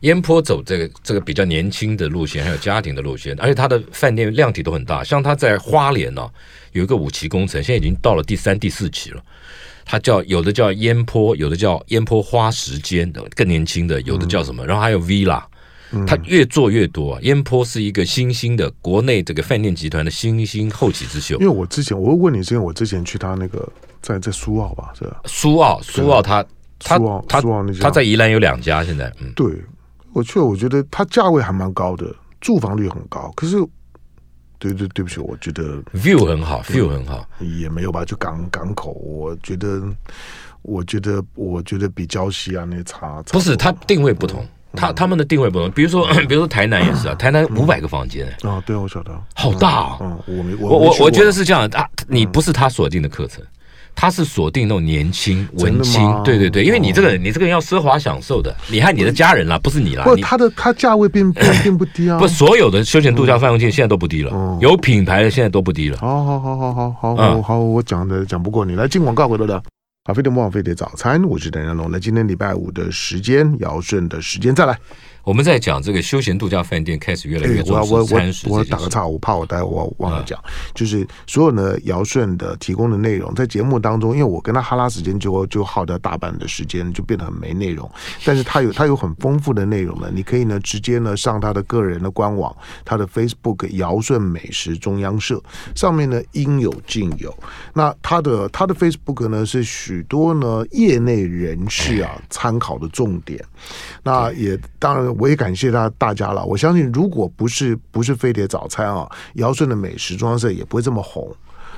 [SPEAKER 3] 烟坡走这个这个比较年轻的路线，还有家庭的路线，而且它的饭店量体都很大。像它在花莲呢、有一个五期工程，现在已经到了第三、第四期了。它叫有的叫烟坡，有的叫烟坡花时间，更年轻的有的叫什么，然后还有 villa。它
[SPEAKER 2] 嗯
[SPEAKER 3] 越做越多、啊，烟坡是一个新兴的国内这个饭店集团的新兴后起之秀
[SPEAKER 2] 因。为我之前我会问你，之前我之前去他那个在在苏澳吧，是吧
[SPEAKER 3] 苏澳，苏澳它它
[SPEAKER 2] 苏澳啊
[SPEAKER 3] 它
[SPEAKER 2] 苏澳那家
[SPEAKER 3] 它在宜兰有两家，现在嗯。
[SPEAKER 2] 对，我去了，我觉得它价位还蛮高的，住房率很高，可是。对对，对不起，我觉得
[SPEAKER 3] view 很好，view
[SPEAKER 2] 嗯
[SPEAKER 3] 很好。
[SPEAKER 2] 也没有吧，就港港口，我觉得，我觉得，我觉得比礁溪啊那些差。差
[SPEAKER 3] 不
[SPEAKER 2] 多
[SPEAKER 3] 是，
[SPEAKER 2] 嗯
[SPEAKER 3] 它定位不同，它他们的定位不同。比如说，比如说台南也是啊，台南五百个房间，
[SPEAKER 2] 啊，对，我晓得，
[SPEAKER 3] 好大啊！
[SPEAKER 2] 嗯，我没，
[SPEAKER 3] 我
[SPEAKER 2] 没
[SPEAKER 3] 我
[SPEAKER 2] 去
[SPEAKER 3] 我
[SPEAKER 2] 过嗯
[SPEAKER 3] 觉得是这样，他你不是他锁定的课程，他是锁定那种年轻
[SPEAKER 2] 真的
[SPEAKER 3] 文青
[SPEAKER 2] 吗，哦
[SPEAKER 3] 对对对，因为你这个人你这个人要奢华享受的，你和你的家人啦，不是你啦，
[SPEAKER 2] 不，
[SPEAKER 3] 你
[SPEAKER 2] 它的它价位并并并不低啊。
[SPEAKER 3] 不所有的休闲度假范围线现在都不低
[SPEAKER 2] 嗯
[SPEAKER 3] 了，有品牌的现在都不低了。
[SPEAKER 2] 好好好好好好
[SPEAKER 3] 嗯
[SPEAKER 2] 好好，我讲的讲不过你，来进广告回头聊。好，飞碟模仿飞碟早餐，我是陈仁龙。来，今天礼拜五的时间，尧舜的时间再来。
[SPEAKER 3] 我们在讲这个休闲度假饭店开始越来
[SPEAKER 2] 对
[SPEAKER 3] 越，
[SPEAKER 2] 哎我
[SPEAKER 3] 重
[SPEAKER 2] 要我
[SPEAKER 3] 视
[SPEAKER 2] 我
[SPEAKER 3] 餐食
[SPEAKER 2] 我
[SPEAKER 3] 这件
[SPEAKER 2] 打个
[SPEAKER 3] 事。嗯
[SPEAKER 2] 岔，我怕我待会我忘了讲，就是所有呢尧舜的提供的内容，在节目当中，因为我跟他哈拉时间就就耗掉大半的时间，就变得很没内 容。但是他有他有很丰富的内容呢，你可以呢直接呢上他的个人的官网，他的 Facebook 尧舜美食中央社上面呢应有尽有。那他的他的 Facebook 呢是许多呢业内人士啊 参考的重点。那也当然，我也感谢大大家了。我相信，如果不是不是飞碟早餐啊，尧舜的美食中央社也不会这么红。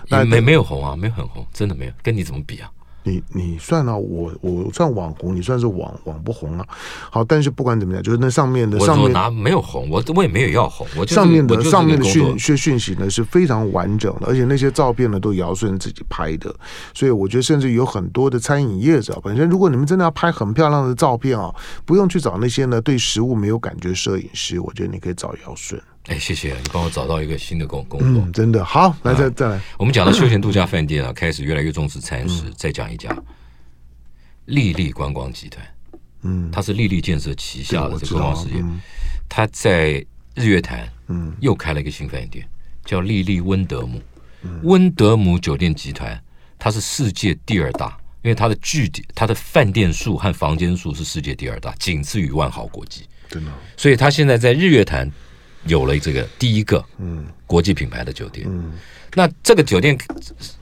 [SPEAKER 2] 那
[SPEAKER 3] 没没有红啊，没有很红，真的没有，跟你怎么比啊？
[SPEAKER 2] 你你算啊，我我算网红，你算是网网不红啊。好，但是不管怎么样，就是那上面的
[SPEAKER 3] 我
[SPEAKER 2] 上
[SPEAKER 3] 我
[SPEAKER 2] 面
[SPEAKER 3] 拿没有红，我我也没有要红，我就是
[SPEAKER 2] 上面
[SPEAKER 3] 我
[SPEAKER 2] 的
[SPEAKER 3] 就是
[SPEAKER 2] 上面的
[SPEAKER 3] 工作
[SPEAKER 2] 讯讯讯息呢是非常完整的，而且那些照片呢都尧舜自己拍的，所以我觉得甚至有很多的餐饮业者本身，如果你们真的要拍很漂亮的照片啊，不用去找那些呢对食物没有感觉摄影师，我觉得你可以找尧舜。
[SPEAKER 3] 哎，谢谢你帮我找到一个新的工工作。
[SPEAKER 2] 嗯，真的好，来再再来，
[SPEAKER 3] 我们讲到休闲度假饭店啊， 开始越来越重视餐食。
[SPEAKER 2] 嗯
[SPEAKER 3] 再讲一家丽丽观光集团，
[SPEAKER 2] 嗯，
[SPEAKER 3] 它是丽丽建设旗下
[SPEAKER 2] 对
[SPEAKER 3] 的
[SPEAKER 2] 我
[SPEAKER 3] 这
[SPEAKER 2] 知
[SPEAKER 3] 个观
[SPEAKER 2] 道
[SPEAKER 3] 光
[SPEAKER 2] 啊
[SPEAKER 3] 事，业，
[SPEAKER 2] 嗯
[SPEAKER 3] 它在日月潭，
[SPEAKER 2] 嗯，
[SPEAKER 3] 又开了一个新饭店，叫丽丽温德姆。
[SPEAKER 2] 嗯
[SPEAKER 3] 温德姆酒店集团，它是世界第二大，因为它的据点、它的饭店数和房间数是世界第二大，仅次于万豪国际。
[SPEAKER 2] 真的，
[SPEAKER 3] 所以他现在在日月潭有了这个第一个嗯国际品牌的酒店。嗯，那这个酒店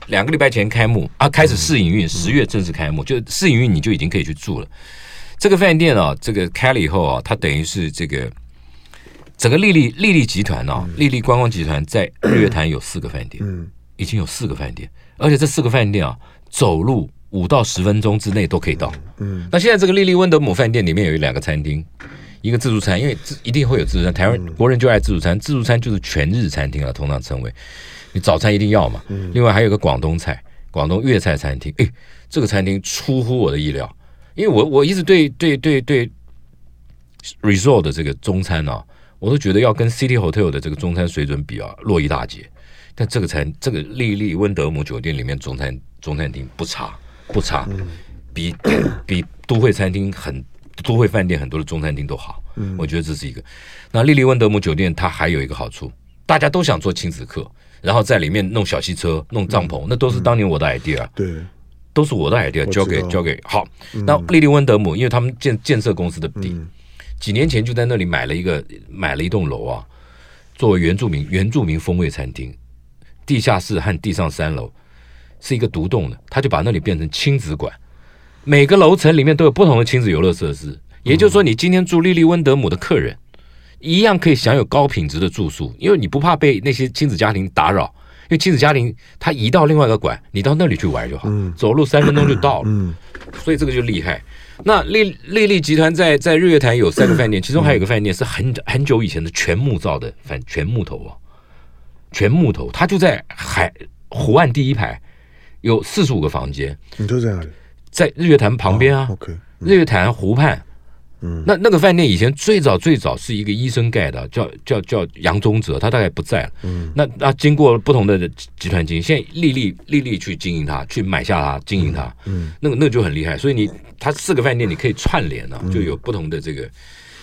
[SPEAKER 3] 两个礼拜前开幕啊，开始试营
[SPEAKER 2] 嗯
[SPEAKER 3] 运，十月正式开幕，就试营运你就已经可以去住了。这个饭店啊，这个开了以后啊，它等于是这个整个丽丽丽丽集团啊，丽丽观光集团在日月潭有四个饭店，
[SPEAKER 2] 嗯，
[SPEAKER 3] 已经有四个饭店，而且这四个饭店啊，走路五到十分钟之内都可以到。
[SPEAKER 2] 嗯，
[SPEAKER 3] 那现在这个丽丽温德姆饭店里面有两个餐厅，一个自助餐，因为自一定会有自助餐，台湾
[SPEAKER 2] 嗯
[SPEAKER 3] 国人就爱自助餐，自助餐就是全日餐厅啊，通常称为，你早餐一定要嘛。另外还有一个广东菜，广东粤菜餐厅，诶，这个餐厅出乎我的意料，因为我我一直对对对对 resort 的这个中餐啊，我都觉得要跟 City Hotel 的这个中餐水准比啊，落一大截。但这个餐，这个丽丽温德姆酒店里面中餐中餐厅不差，不差，比比都会餐厅很都会饭店很多的中餐厅都好。我觉得这是一个。那丽丽温德姆酒店它还有一个好处，大家都想做亲子课，然后在里面弄小汽车、弄帐篷，那都是当年我的 idea。
[SPEAKER 2] 对，
[SPEAKER 3] 都是我的 idea，
[SPEAKER 2] 嗯我
[SPEAKER 3] 交
[SPEAKER 2] 知
[SPEAKER 3] 给
[SPEAKER 2] 道嗯
[SPEAKER 3] 交给好。那丽丽温德姆，因为他们建建设公司的底，几年前就在那里买了一个买了一栋楼啊，作为原住民原住民风味餐厅，地下室和地上三楼是一个独栋的，他就把那里变成亲子馆，每个楼层里面都有不同的亲子游乐设施。也就是说，
[SPEAKER 2] 嗯
[SPEAKER 3] 你今天住丽丽温德姆的客人，一样可以享有高品质的住宿，因为你不怕被那些亲子家庭打扰。因为亲子家庭他移到另外一个馆，你到那里去玩就好，走路三分钟就到了。所以这个就厉害。那丽丽丽集团在在日月潭有三个饭店，其中还有一个饭店是很很久以前的全木造的饭，全木头哦，全木头，它就在海湖岸第一排，有四十五个房间，
[SPEAKER 2] 你就在哪里？
[SPEAKER 3] 在日月潭旁边啊。
[SPEAKER 2] OK，
[SPEAKER 3] 日月潭湖畔。嗯，那那个饭店以前最早最早是一个医生盖的，叫叫叫杨宗泽，他大概不在了。嗯，那那经过不同的集集团经营，现在丽丽丽丽去经营它，去买下它，经营它。嗯，那个那个就很厉害，所以你它四个饭店你可以串联啊，就有不同的这个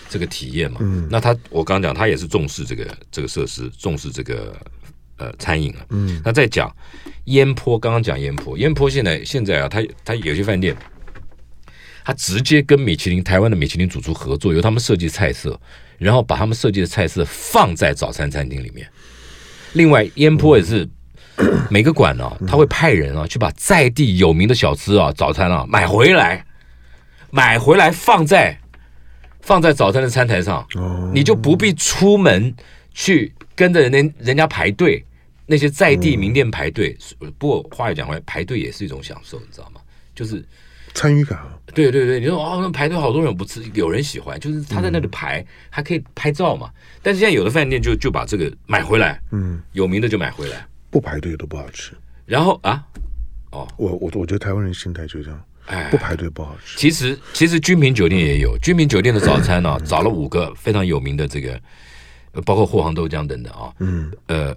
[SPEAKER 3] 这个体验嘛。嗯，那他我刚刚讲，他也是重视这个这个设施，重视这个呃餐饮啊。嗯，那再讲烟坡，刚刚讲烟坡，烟坡现在现在啊，他他有些饭店。他直接跟米其林台湾的米其林主厨合作，由他们设计菜色，然后把他们设计的菜色放在早餐餐厅里面。另外，烟坡也是 每个馆呢、啊，他会派人啊去把在地有名的小吃啊、早餐啊买回来，买回来放在放在早餐的餐台上，你就不必出门去跟着人家人家排队。那些在地名店排队，不过话又讲回来，排队也是一种享受，你知道吗？就是
[SPEAKER 2] 参与感啊，
[SPEAKER 3] 对对对，你说哦，那排队好多人不吃，有人喜欢，就是他在那里排，
[SPEAKER 2] 嗯
[SPEAKER 3] 还可以拍照嘛。但是现在有的饭店就就把这个买回来，嗯，有名的就买回来，
[SPEAKER 2] 不排队都不好吃。
[SPEAKER 3] 然后啊，
[SPEAKER 2] 我我我觉得台湾人心态就这样，不排队不好吃。
[SPEAKER 3] 哎其实其实君品酒店也有，君品酒店的早餐呢、啊
[SPEAKER 2] 嗯
[SPEAKER 3] 找了五个非常有名的这个，呃包括护航豆浆等等啊，嗯，呃，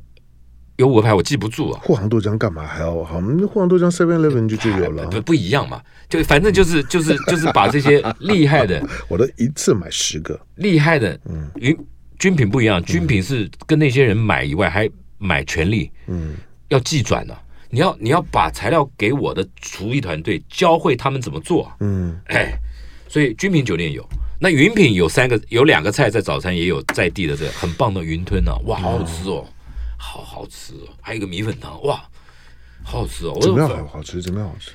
[SPEAKER 3] 有五个牌我记不住啊，
[SPEAKER 2] 护航豆浆干嘛还要好？那护航豆浆 Seven Eleven 就就有了
[SPEAKER 3] 不，不一样嘛，就反正就是就是就是把这些厉害的
[SPEAKER 2] 我都一次买十个，
[SPEAKER 3] 厉害的，
[SPEAKER 2] 嗯
[SPEAKER 3] 与军品不一样，军品是跟那些人买以外，还买权利，嗯，要寄转的、你要你要把材料给我的厨艺团队，教会他们怎么做，
[SPEAKER 2] 嗯，
[SPEAKER 3] 哎，所以军品酒店有，那云品有三个，有两个菜在早餐也有在地的这个很棒的云吞啊，
[SPEAKER 2] 嗯
[SPEAKER 3] 哇，好好吃哦，好好吃哦，还有一个米粉汤，哇，好好吃哦，
[SPEAKER 2] 怎么样
[SPEAKER 3] 我
[SPEAKER 2] 好好吃？怎么样好吃？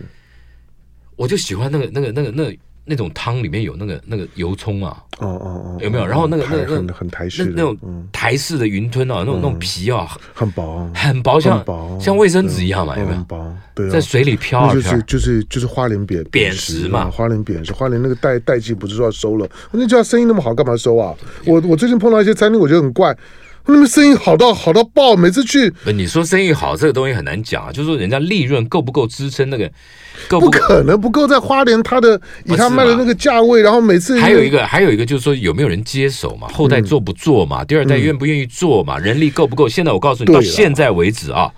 [SPEAKER 3] 我就喜欢那个那个那个那那种汤里面有那个那个油葱啊，
[SPEAKER 2] 哦哦哦，
[SPEAKER 3] 有没有？然后那个
[SPEAKER 2] 台
[SPEAKER 3] 那个那
[SPEAKER 2] 很
[SPEAKER 3] 个
[SPEAKER 2] 很台
[SPEAKER 3] 那
[SPEAKER 2] 式的
[SPEAKER 3] 那
[SPEAKER 2] 嗯
[SPEAKER 3] 种台式的云吞啊，那种那种皮啊，
[SPEAKER 2] 很薄啊，
[SPEAKER 3] 很薄，像
[SPEAKER 2] 很薄
[SPEAKER 3] 像卫生纸一样嘛，
[SPEAKER 2] 嗯
[SPEAKER 3] 有没
[SPEAKER 2] 很
[SPEAKER 3] 有？
[SPEAKER 2] 薄，对啊，
[SPEAKER 3] 在水里飘
[SPEAKER 2] 那
[SPEAKER 3] 啊
[SPEAKER 2] 就
[SPEAKER 3] 飘
[SPEAKER 2] 是。就是就是花莲扁
[SPEAKER 3] 扁食嘛
[SPEAKER 2] 啊花莲扁食，花莲那个代代记不是说要收了？那叫生意那么好，干嘛收啊？我我最近碰到一些餐厅，我觉得很怪，那们生意好到好到爆，每次去
[SPEAKER 3] 不，呃你说生意好这个东西很难讲啊，就是说人家利润够不够支撑那个，够
[SPEAKER 2] 不
[SPEAKER 3] 够？
[SPEAKER 2] 可能不够在花莲它的以它
[SPEAKER 3] 不是
[SPEAKER 2] 卖的
[SPEAKER 3] 嘛
[SPEAKER 2] 那个价位，然后每次
[SPEAKER 3] 还有一个，还有一个就是说有没有人接手
[SPEAKER 2] 嗯
[SPEAKER 3] 嘛，后代做不做嘛，第二代愿不愿意做嘛，人力够不够？现在我告诉你，
[SPEAKER 2] 对啊
[SPEAKER 3] 到
[SPEAKER 2] 了
[SPEAKER 3] 现在为止啊，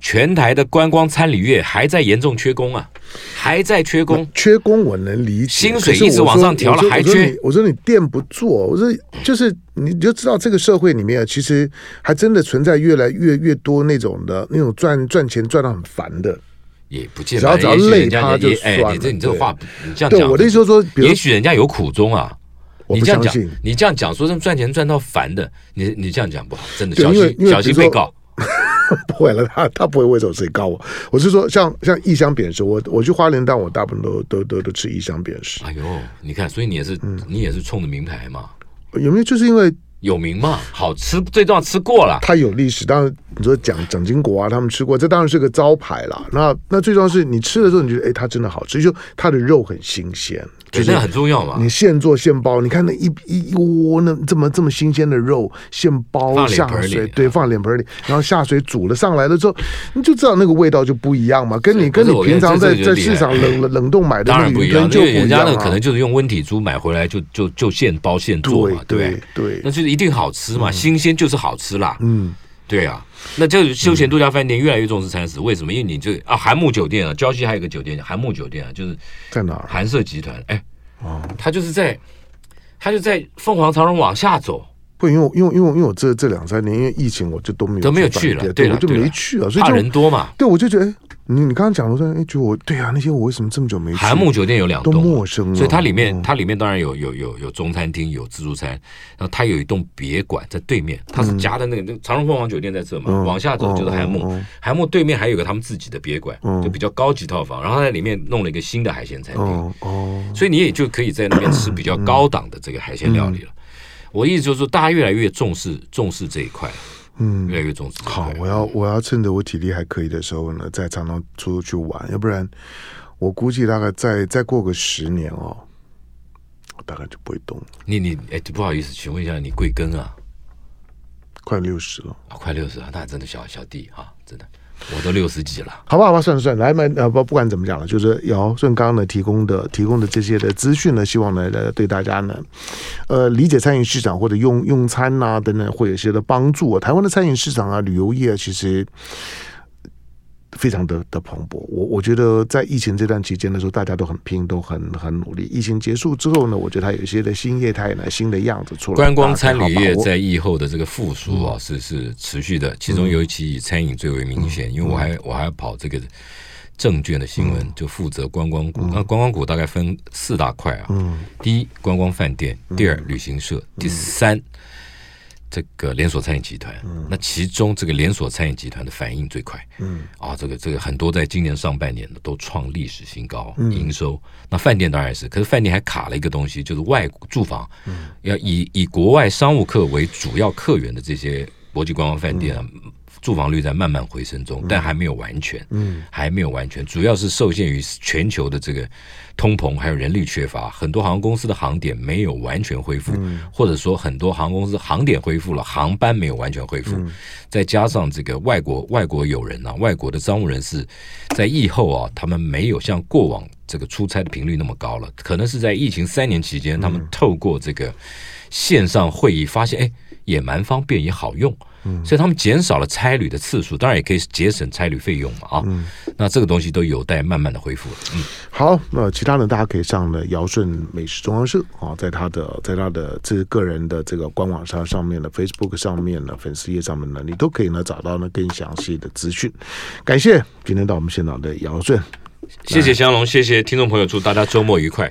[SPEAKER 3] 全台的观光餐旅业还在严重缺工啊，还在缺工。
[SPEAKER 2] 缺工我能理解，
[SPEAKER 3] 薪水
[SPEAKER 2] 可是
[SPEAKER 3] 一直
[SPEAKER 2] 我
[SPEAKER 3] 往
[SPEAKER 2] 说
[SPEAKER 3] 上调了
[SPEAKER 2] 我说
[SPEAKER 3] 还
[SPEAKER 2] 我说
[SPEAKER 3] 缺
[SPEAKER 2] 你我说你店不做，我说就是你就知道这个社会里面啊，其实还真的存在越来越越多那种的那种赚赚钱赚到很烦的。
[SPEAKER 3] 也不见
[SPEAKER 2] 只要
[SPEAKER 3] 得，
[SPEAKER 2] 只要
[SPEAKER 3] 也许
[SPEAKER 2] 累
[SPEAKER 3] 人家
[SPEAKER 2] 他就
[SPEAKER 3] 也哎，
[SPEAKER 2] 算
[SPEAKER 3] 你这
[SPEAKER 2] 了
[SPEAKER 3] 你这个
[SPEAKER 2] 对
[SPEAKER 3] 话，你这样
[SPEAKER 2] 对
[SPEAKER 3] 讲，
[SPEAKER 2] 我的意思就是说，比如
[SPEAKER 3] 也许人家有苦衷啊。
[SPEAKER 2] 我
[SPEAKER 3] 你
[SPEAKER 2] 不
[SPEAKER 3] 这样
[SPEAKER 2] 相
[SPEAKER 3] 讲
[SPEAKER 2] 信，，
[SPEAKER 3] 你这样讲，说真赚钱赚到烦的，你你这样讲不好，真的
[SPEAKER 2] 对
[SPEAKER 3] 小
[SPEAKER 2] 因为因
[SPEAKER 3] 心
[SPEAKER 2] 为
[SPEAKER 3] 小心
[SPEAKER 2] 比如
[SPEAKER 3] 被
[SPEAKER 2] 说
[SPEAKER 3] 告。
[SPEAKER 2] 不会了，他他不会为手谁告我。我是说像，像异乡扁食，我我去花莲，但我大部分都都都都吃异乡扁食。
[SPEAKER 3] 哎呦，你看，所以你也是
[SPEAKER 2] 嗯
[SPEAKER 3] 你也是冲着名牌嘛，
[SPEAKER 2] 有没有就是因为
[SPEAKER 3] 有名嘛，好吃，最重要吃过了。
[SPEAKER 2] 它有历史？当然，你说蒋蒋经国啊，他们吃过，这当然是个招牌啦。那那最重要是你吃的时候，你觉得哎，它真的好吃，就它的肉很新鲜，就
[SPEAKER 3] 对，
[SPEAKER 2] 是
[SPEAKER 3] 那很重要嘛
[SPEAKER 2] 你。现做现包，你看那一一一窝那这么这么新鲜的肉，现包
[SPEAKER 3] 放脸盆
[SPEAKER 2] 下
[SPEAKER 3] 儿里啊
[SPEAKER 2] 水，对，放脸盆儿里，然后下水煮了上来了之后，你就知道那个味道就不一样嘛，跟你
[SPEAKER 3] 不
[SPEAKER 2] 跟
[SPEAKER 3] 是
[SPEAKER 2] 你
[SPEAKER 3] 我跟
[SPEAKER 2] 平
[SPEAKER 3] 你
[SPEAKER 2] 常
[SPEAKER 3] 这
[SPEAKER 2] 在
[SPEAKER 3] 这
[SPEAKER 2] 在
[SPEAKER 3] 就厉
[SPEAKER 2] 市
[SPEAKER 3] 害
[SPEAKER 2] 场冷冷冷冻买的
[SPEAKER 3] 当
[SPEAKER 2] 那
[SPEAKER 3] 然
[SPEAKER 2] 个
[SPEAKER 3] 不一
[SPEAKER 2] 鱼
[SPEAKER 3] 样
[SPEAKER 2] 羹，就
[SPEAKER 3] 因
[SPEAKER 2] 不
[SPEAKER 3] 为人
[SPEAKER 2] 一
[SPEAKER 3] 家
[SPEAKER 2] 样
[SPEAKER 3] 那
[SPEAKER 2] 啊，
[SPEAKER 3] 可能就是用温体猪买回来就就就现包现做
[SPEAKER 2] 对
[SPEAKER 3] 嘛，对不
[SPEAKER 2] 对嗯
[SPEAKER 3] 对？
[SPEAKER 2] 对
[SPEAKER 3] 那，就是一定好吃嘛，新鲜就是好吃啦。
[SPEAKER 2] 嗯，
[SPEAKER 3] 对啊，那这休闲度假饭店越来越重视餐食，为什么？因为你这啊，韩木酒店啊，礁溪还有一个酒店，韩木酒店啊，就是
[SPEAKER 2] 在哪儿？
[SPEAKER 3] 韩舍集团，哎，
[SPEAKER 2] 哦
[SPEAKER 3] 他就是在，他就在凤凰长荣往下走，
[SPEAKER 2] 不，因为我因为因为因为我这这两三年因为疫情，我就都没有
[SPEAKER 3] 都没有
[SPEAKER 2] 饭
[SPEAKER 3] 去了
[SPEAKER 2] 店对，
[SPEAKER 3] 对
[SPEAKER 2] 我
[SPEAKER 3] 了
[SPEAKER 2] 就
[SPEAKER 3] 对
[SPEAKER 2] 没
[SPEAKER 3] 了
[SPEAKER 2] 去啊，所以
[SPEAKER 3] 怕人
[SPEAKER 2] 就
[SPEAKER 3] 多嘛。
[SPEAKER 2] 对我就觉得，哎，你你刚刚讲我说，哎，就我对啊，那些我为什么这么久没去？
[SPEAKER 3] 韩木酒店有两
[SPEAKER 2] 都嗯
[SPEAKER 3] 栋啊，
[SPEAKER 2] 陌生了，
[SPEAKER 3] 所以它里面它里面当然有有有有中餐厅，有自助餐，然后它有一栋别馆在对面，
[SPEAKER 2] 嗯
[SPEAKER 3] 它是夹在那个那个长荣凤凰酒店在这嘛，往下走就是
[SPEAKER 2] 嗯
[SPEAKER 3] 韩木，韩木对面还有个他们自己的别馆，就比较高级套房，然后它在里面弄了一个新的海鲜餐厅，
[SPEAKER 2] 哦哦，
[SPEAKER 3] 所以你也就可以在那边吃比较高档的这个海鲜料理了。我的意思就是说，大家越来越重视重视这一块，嗯，越来越重视这一
[SPEAKER 2] 好
[SPEAKER 3] 块，。
[SPEAKER 2] 我要我要趁着我体力还可以的时候呢，再常常出去玩，要不然我估计大概再再过个十年哦，我大概就不会动了，
[SPEAKER 3] 你你哎，不好意思，请问一下，你贵庚啊？
[SPEAKER 2] 快六十了。
[SPEAKER 3] 啊快六十啊，那真的小小弟啊，真的，我都六十几了。
[SPEAKER 2] 好吧，好吧，算了算了，来嘛，呃，不不管怎么讲了，就是姚顺刚呢提供的提供的这些的资讯呢，希望呢呃对大家呢，呃理解餐饮市场或者用用餐呐、啊等等会有一些的帮助、台湾的餐饮市场啊，旅游业其实非常的的蓬勃。我我觉得在疫情这段期间的时候，大家都很拼，都很很努力。疫情结束之后呢，我觉得它有一些的新业态呢，新的样子出来。
[SPEAKER 3] 观光
[SPEAKER 2] 大家
[SPEAKER 3] 餐
[SPEAKER 2] 可以好
[SPEAKER 3] 旅
[SPEAKER 2] 好
[SPEAKER 3] 业
[SPEAKER 2] 把握嗯
[SPEAKER 3] 在疫后的这个复苏啊，是是持续的，其中尤其以餐饮最为明
[SPEAKER 2] 嗯
[SPEAKER 3] 显，因为我还我还跑这个证券的新闻，就负责观光
[SPEAKER 2] 嗯
[SPEAKER 3] 股。那观光股大概分四大块啊，第一观光饭店，第二
[SPEAKER 2] 嗯
[SPEAKER 3] 旅行社，第三这个连锁餐饮集团。
[SPEAKER 2] 嗯
[SPEAKER 3] 那其中这个连锁餐饮集团的反应最快，嗯啊，这个这个很多在今年上半年都创历史新高
[SPEAKER 2] 嗯
[SPEAKER 3] 营收。那饭店当然是，可是饭店还卡了一个东西，就是外住房，要以以国外商务客为主要客源的这些国际观光饭店啊。住房率在慢慢回升中，但还没有完全，嗯，还没有完全，主要是受限于全球的这个通膨，还有人力缺乏，很多航空公司的航点没有完全恢复，或者说很多航空公司航点恢复了，航班没有完全恢复，再加上这个外国外国友人啊，外国的商务人士在疫后啊，他们没有像过往这个出差的频率那么高了，可能是在疫情三年期间，他们透过这个线上会议发现，哎，也蛮方便，也好用。所以他们减少了差旅的次数，当然也可以节省差旅费用嘛啊。那这个东西都有待慢慢的恢复了。嗯，
[SPEAKER 2] 好，那其他呢？大家可以上了尧舜美食中央社啊，在他的在他的这个个人的这个官网上上面的 Facebook 上面呢，粉丝页上面呢，你都可以呢找到呢更详细的资讯。感谢今天到我们现场的尧舜，
[SPEAKER 3] 谢谢香龙，谢谢听众朋友，祝大家周末愉快。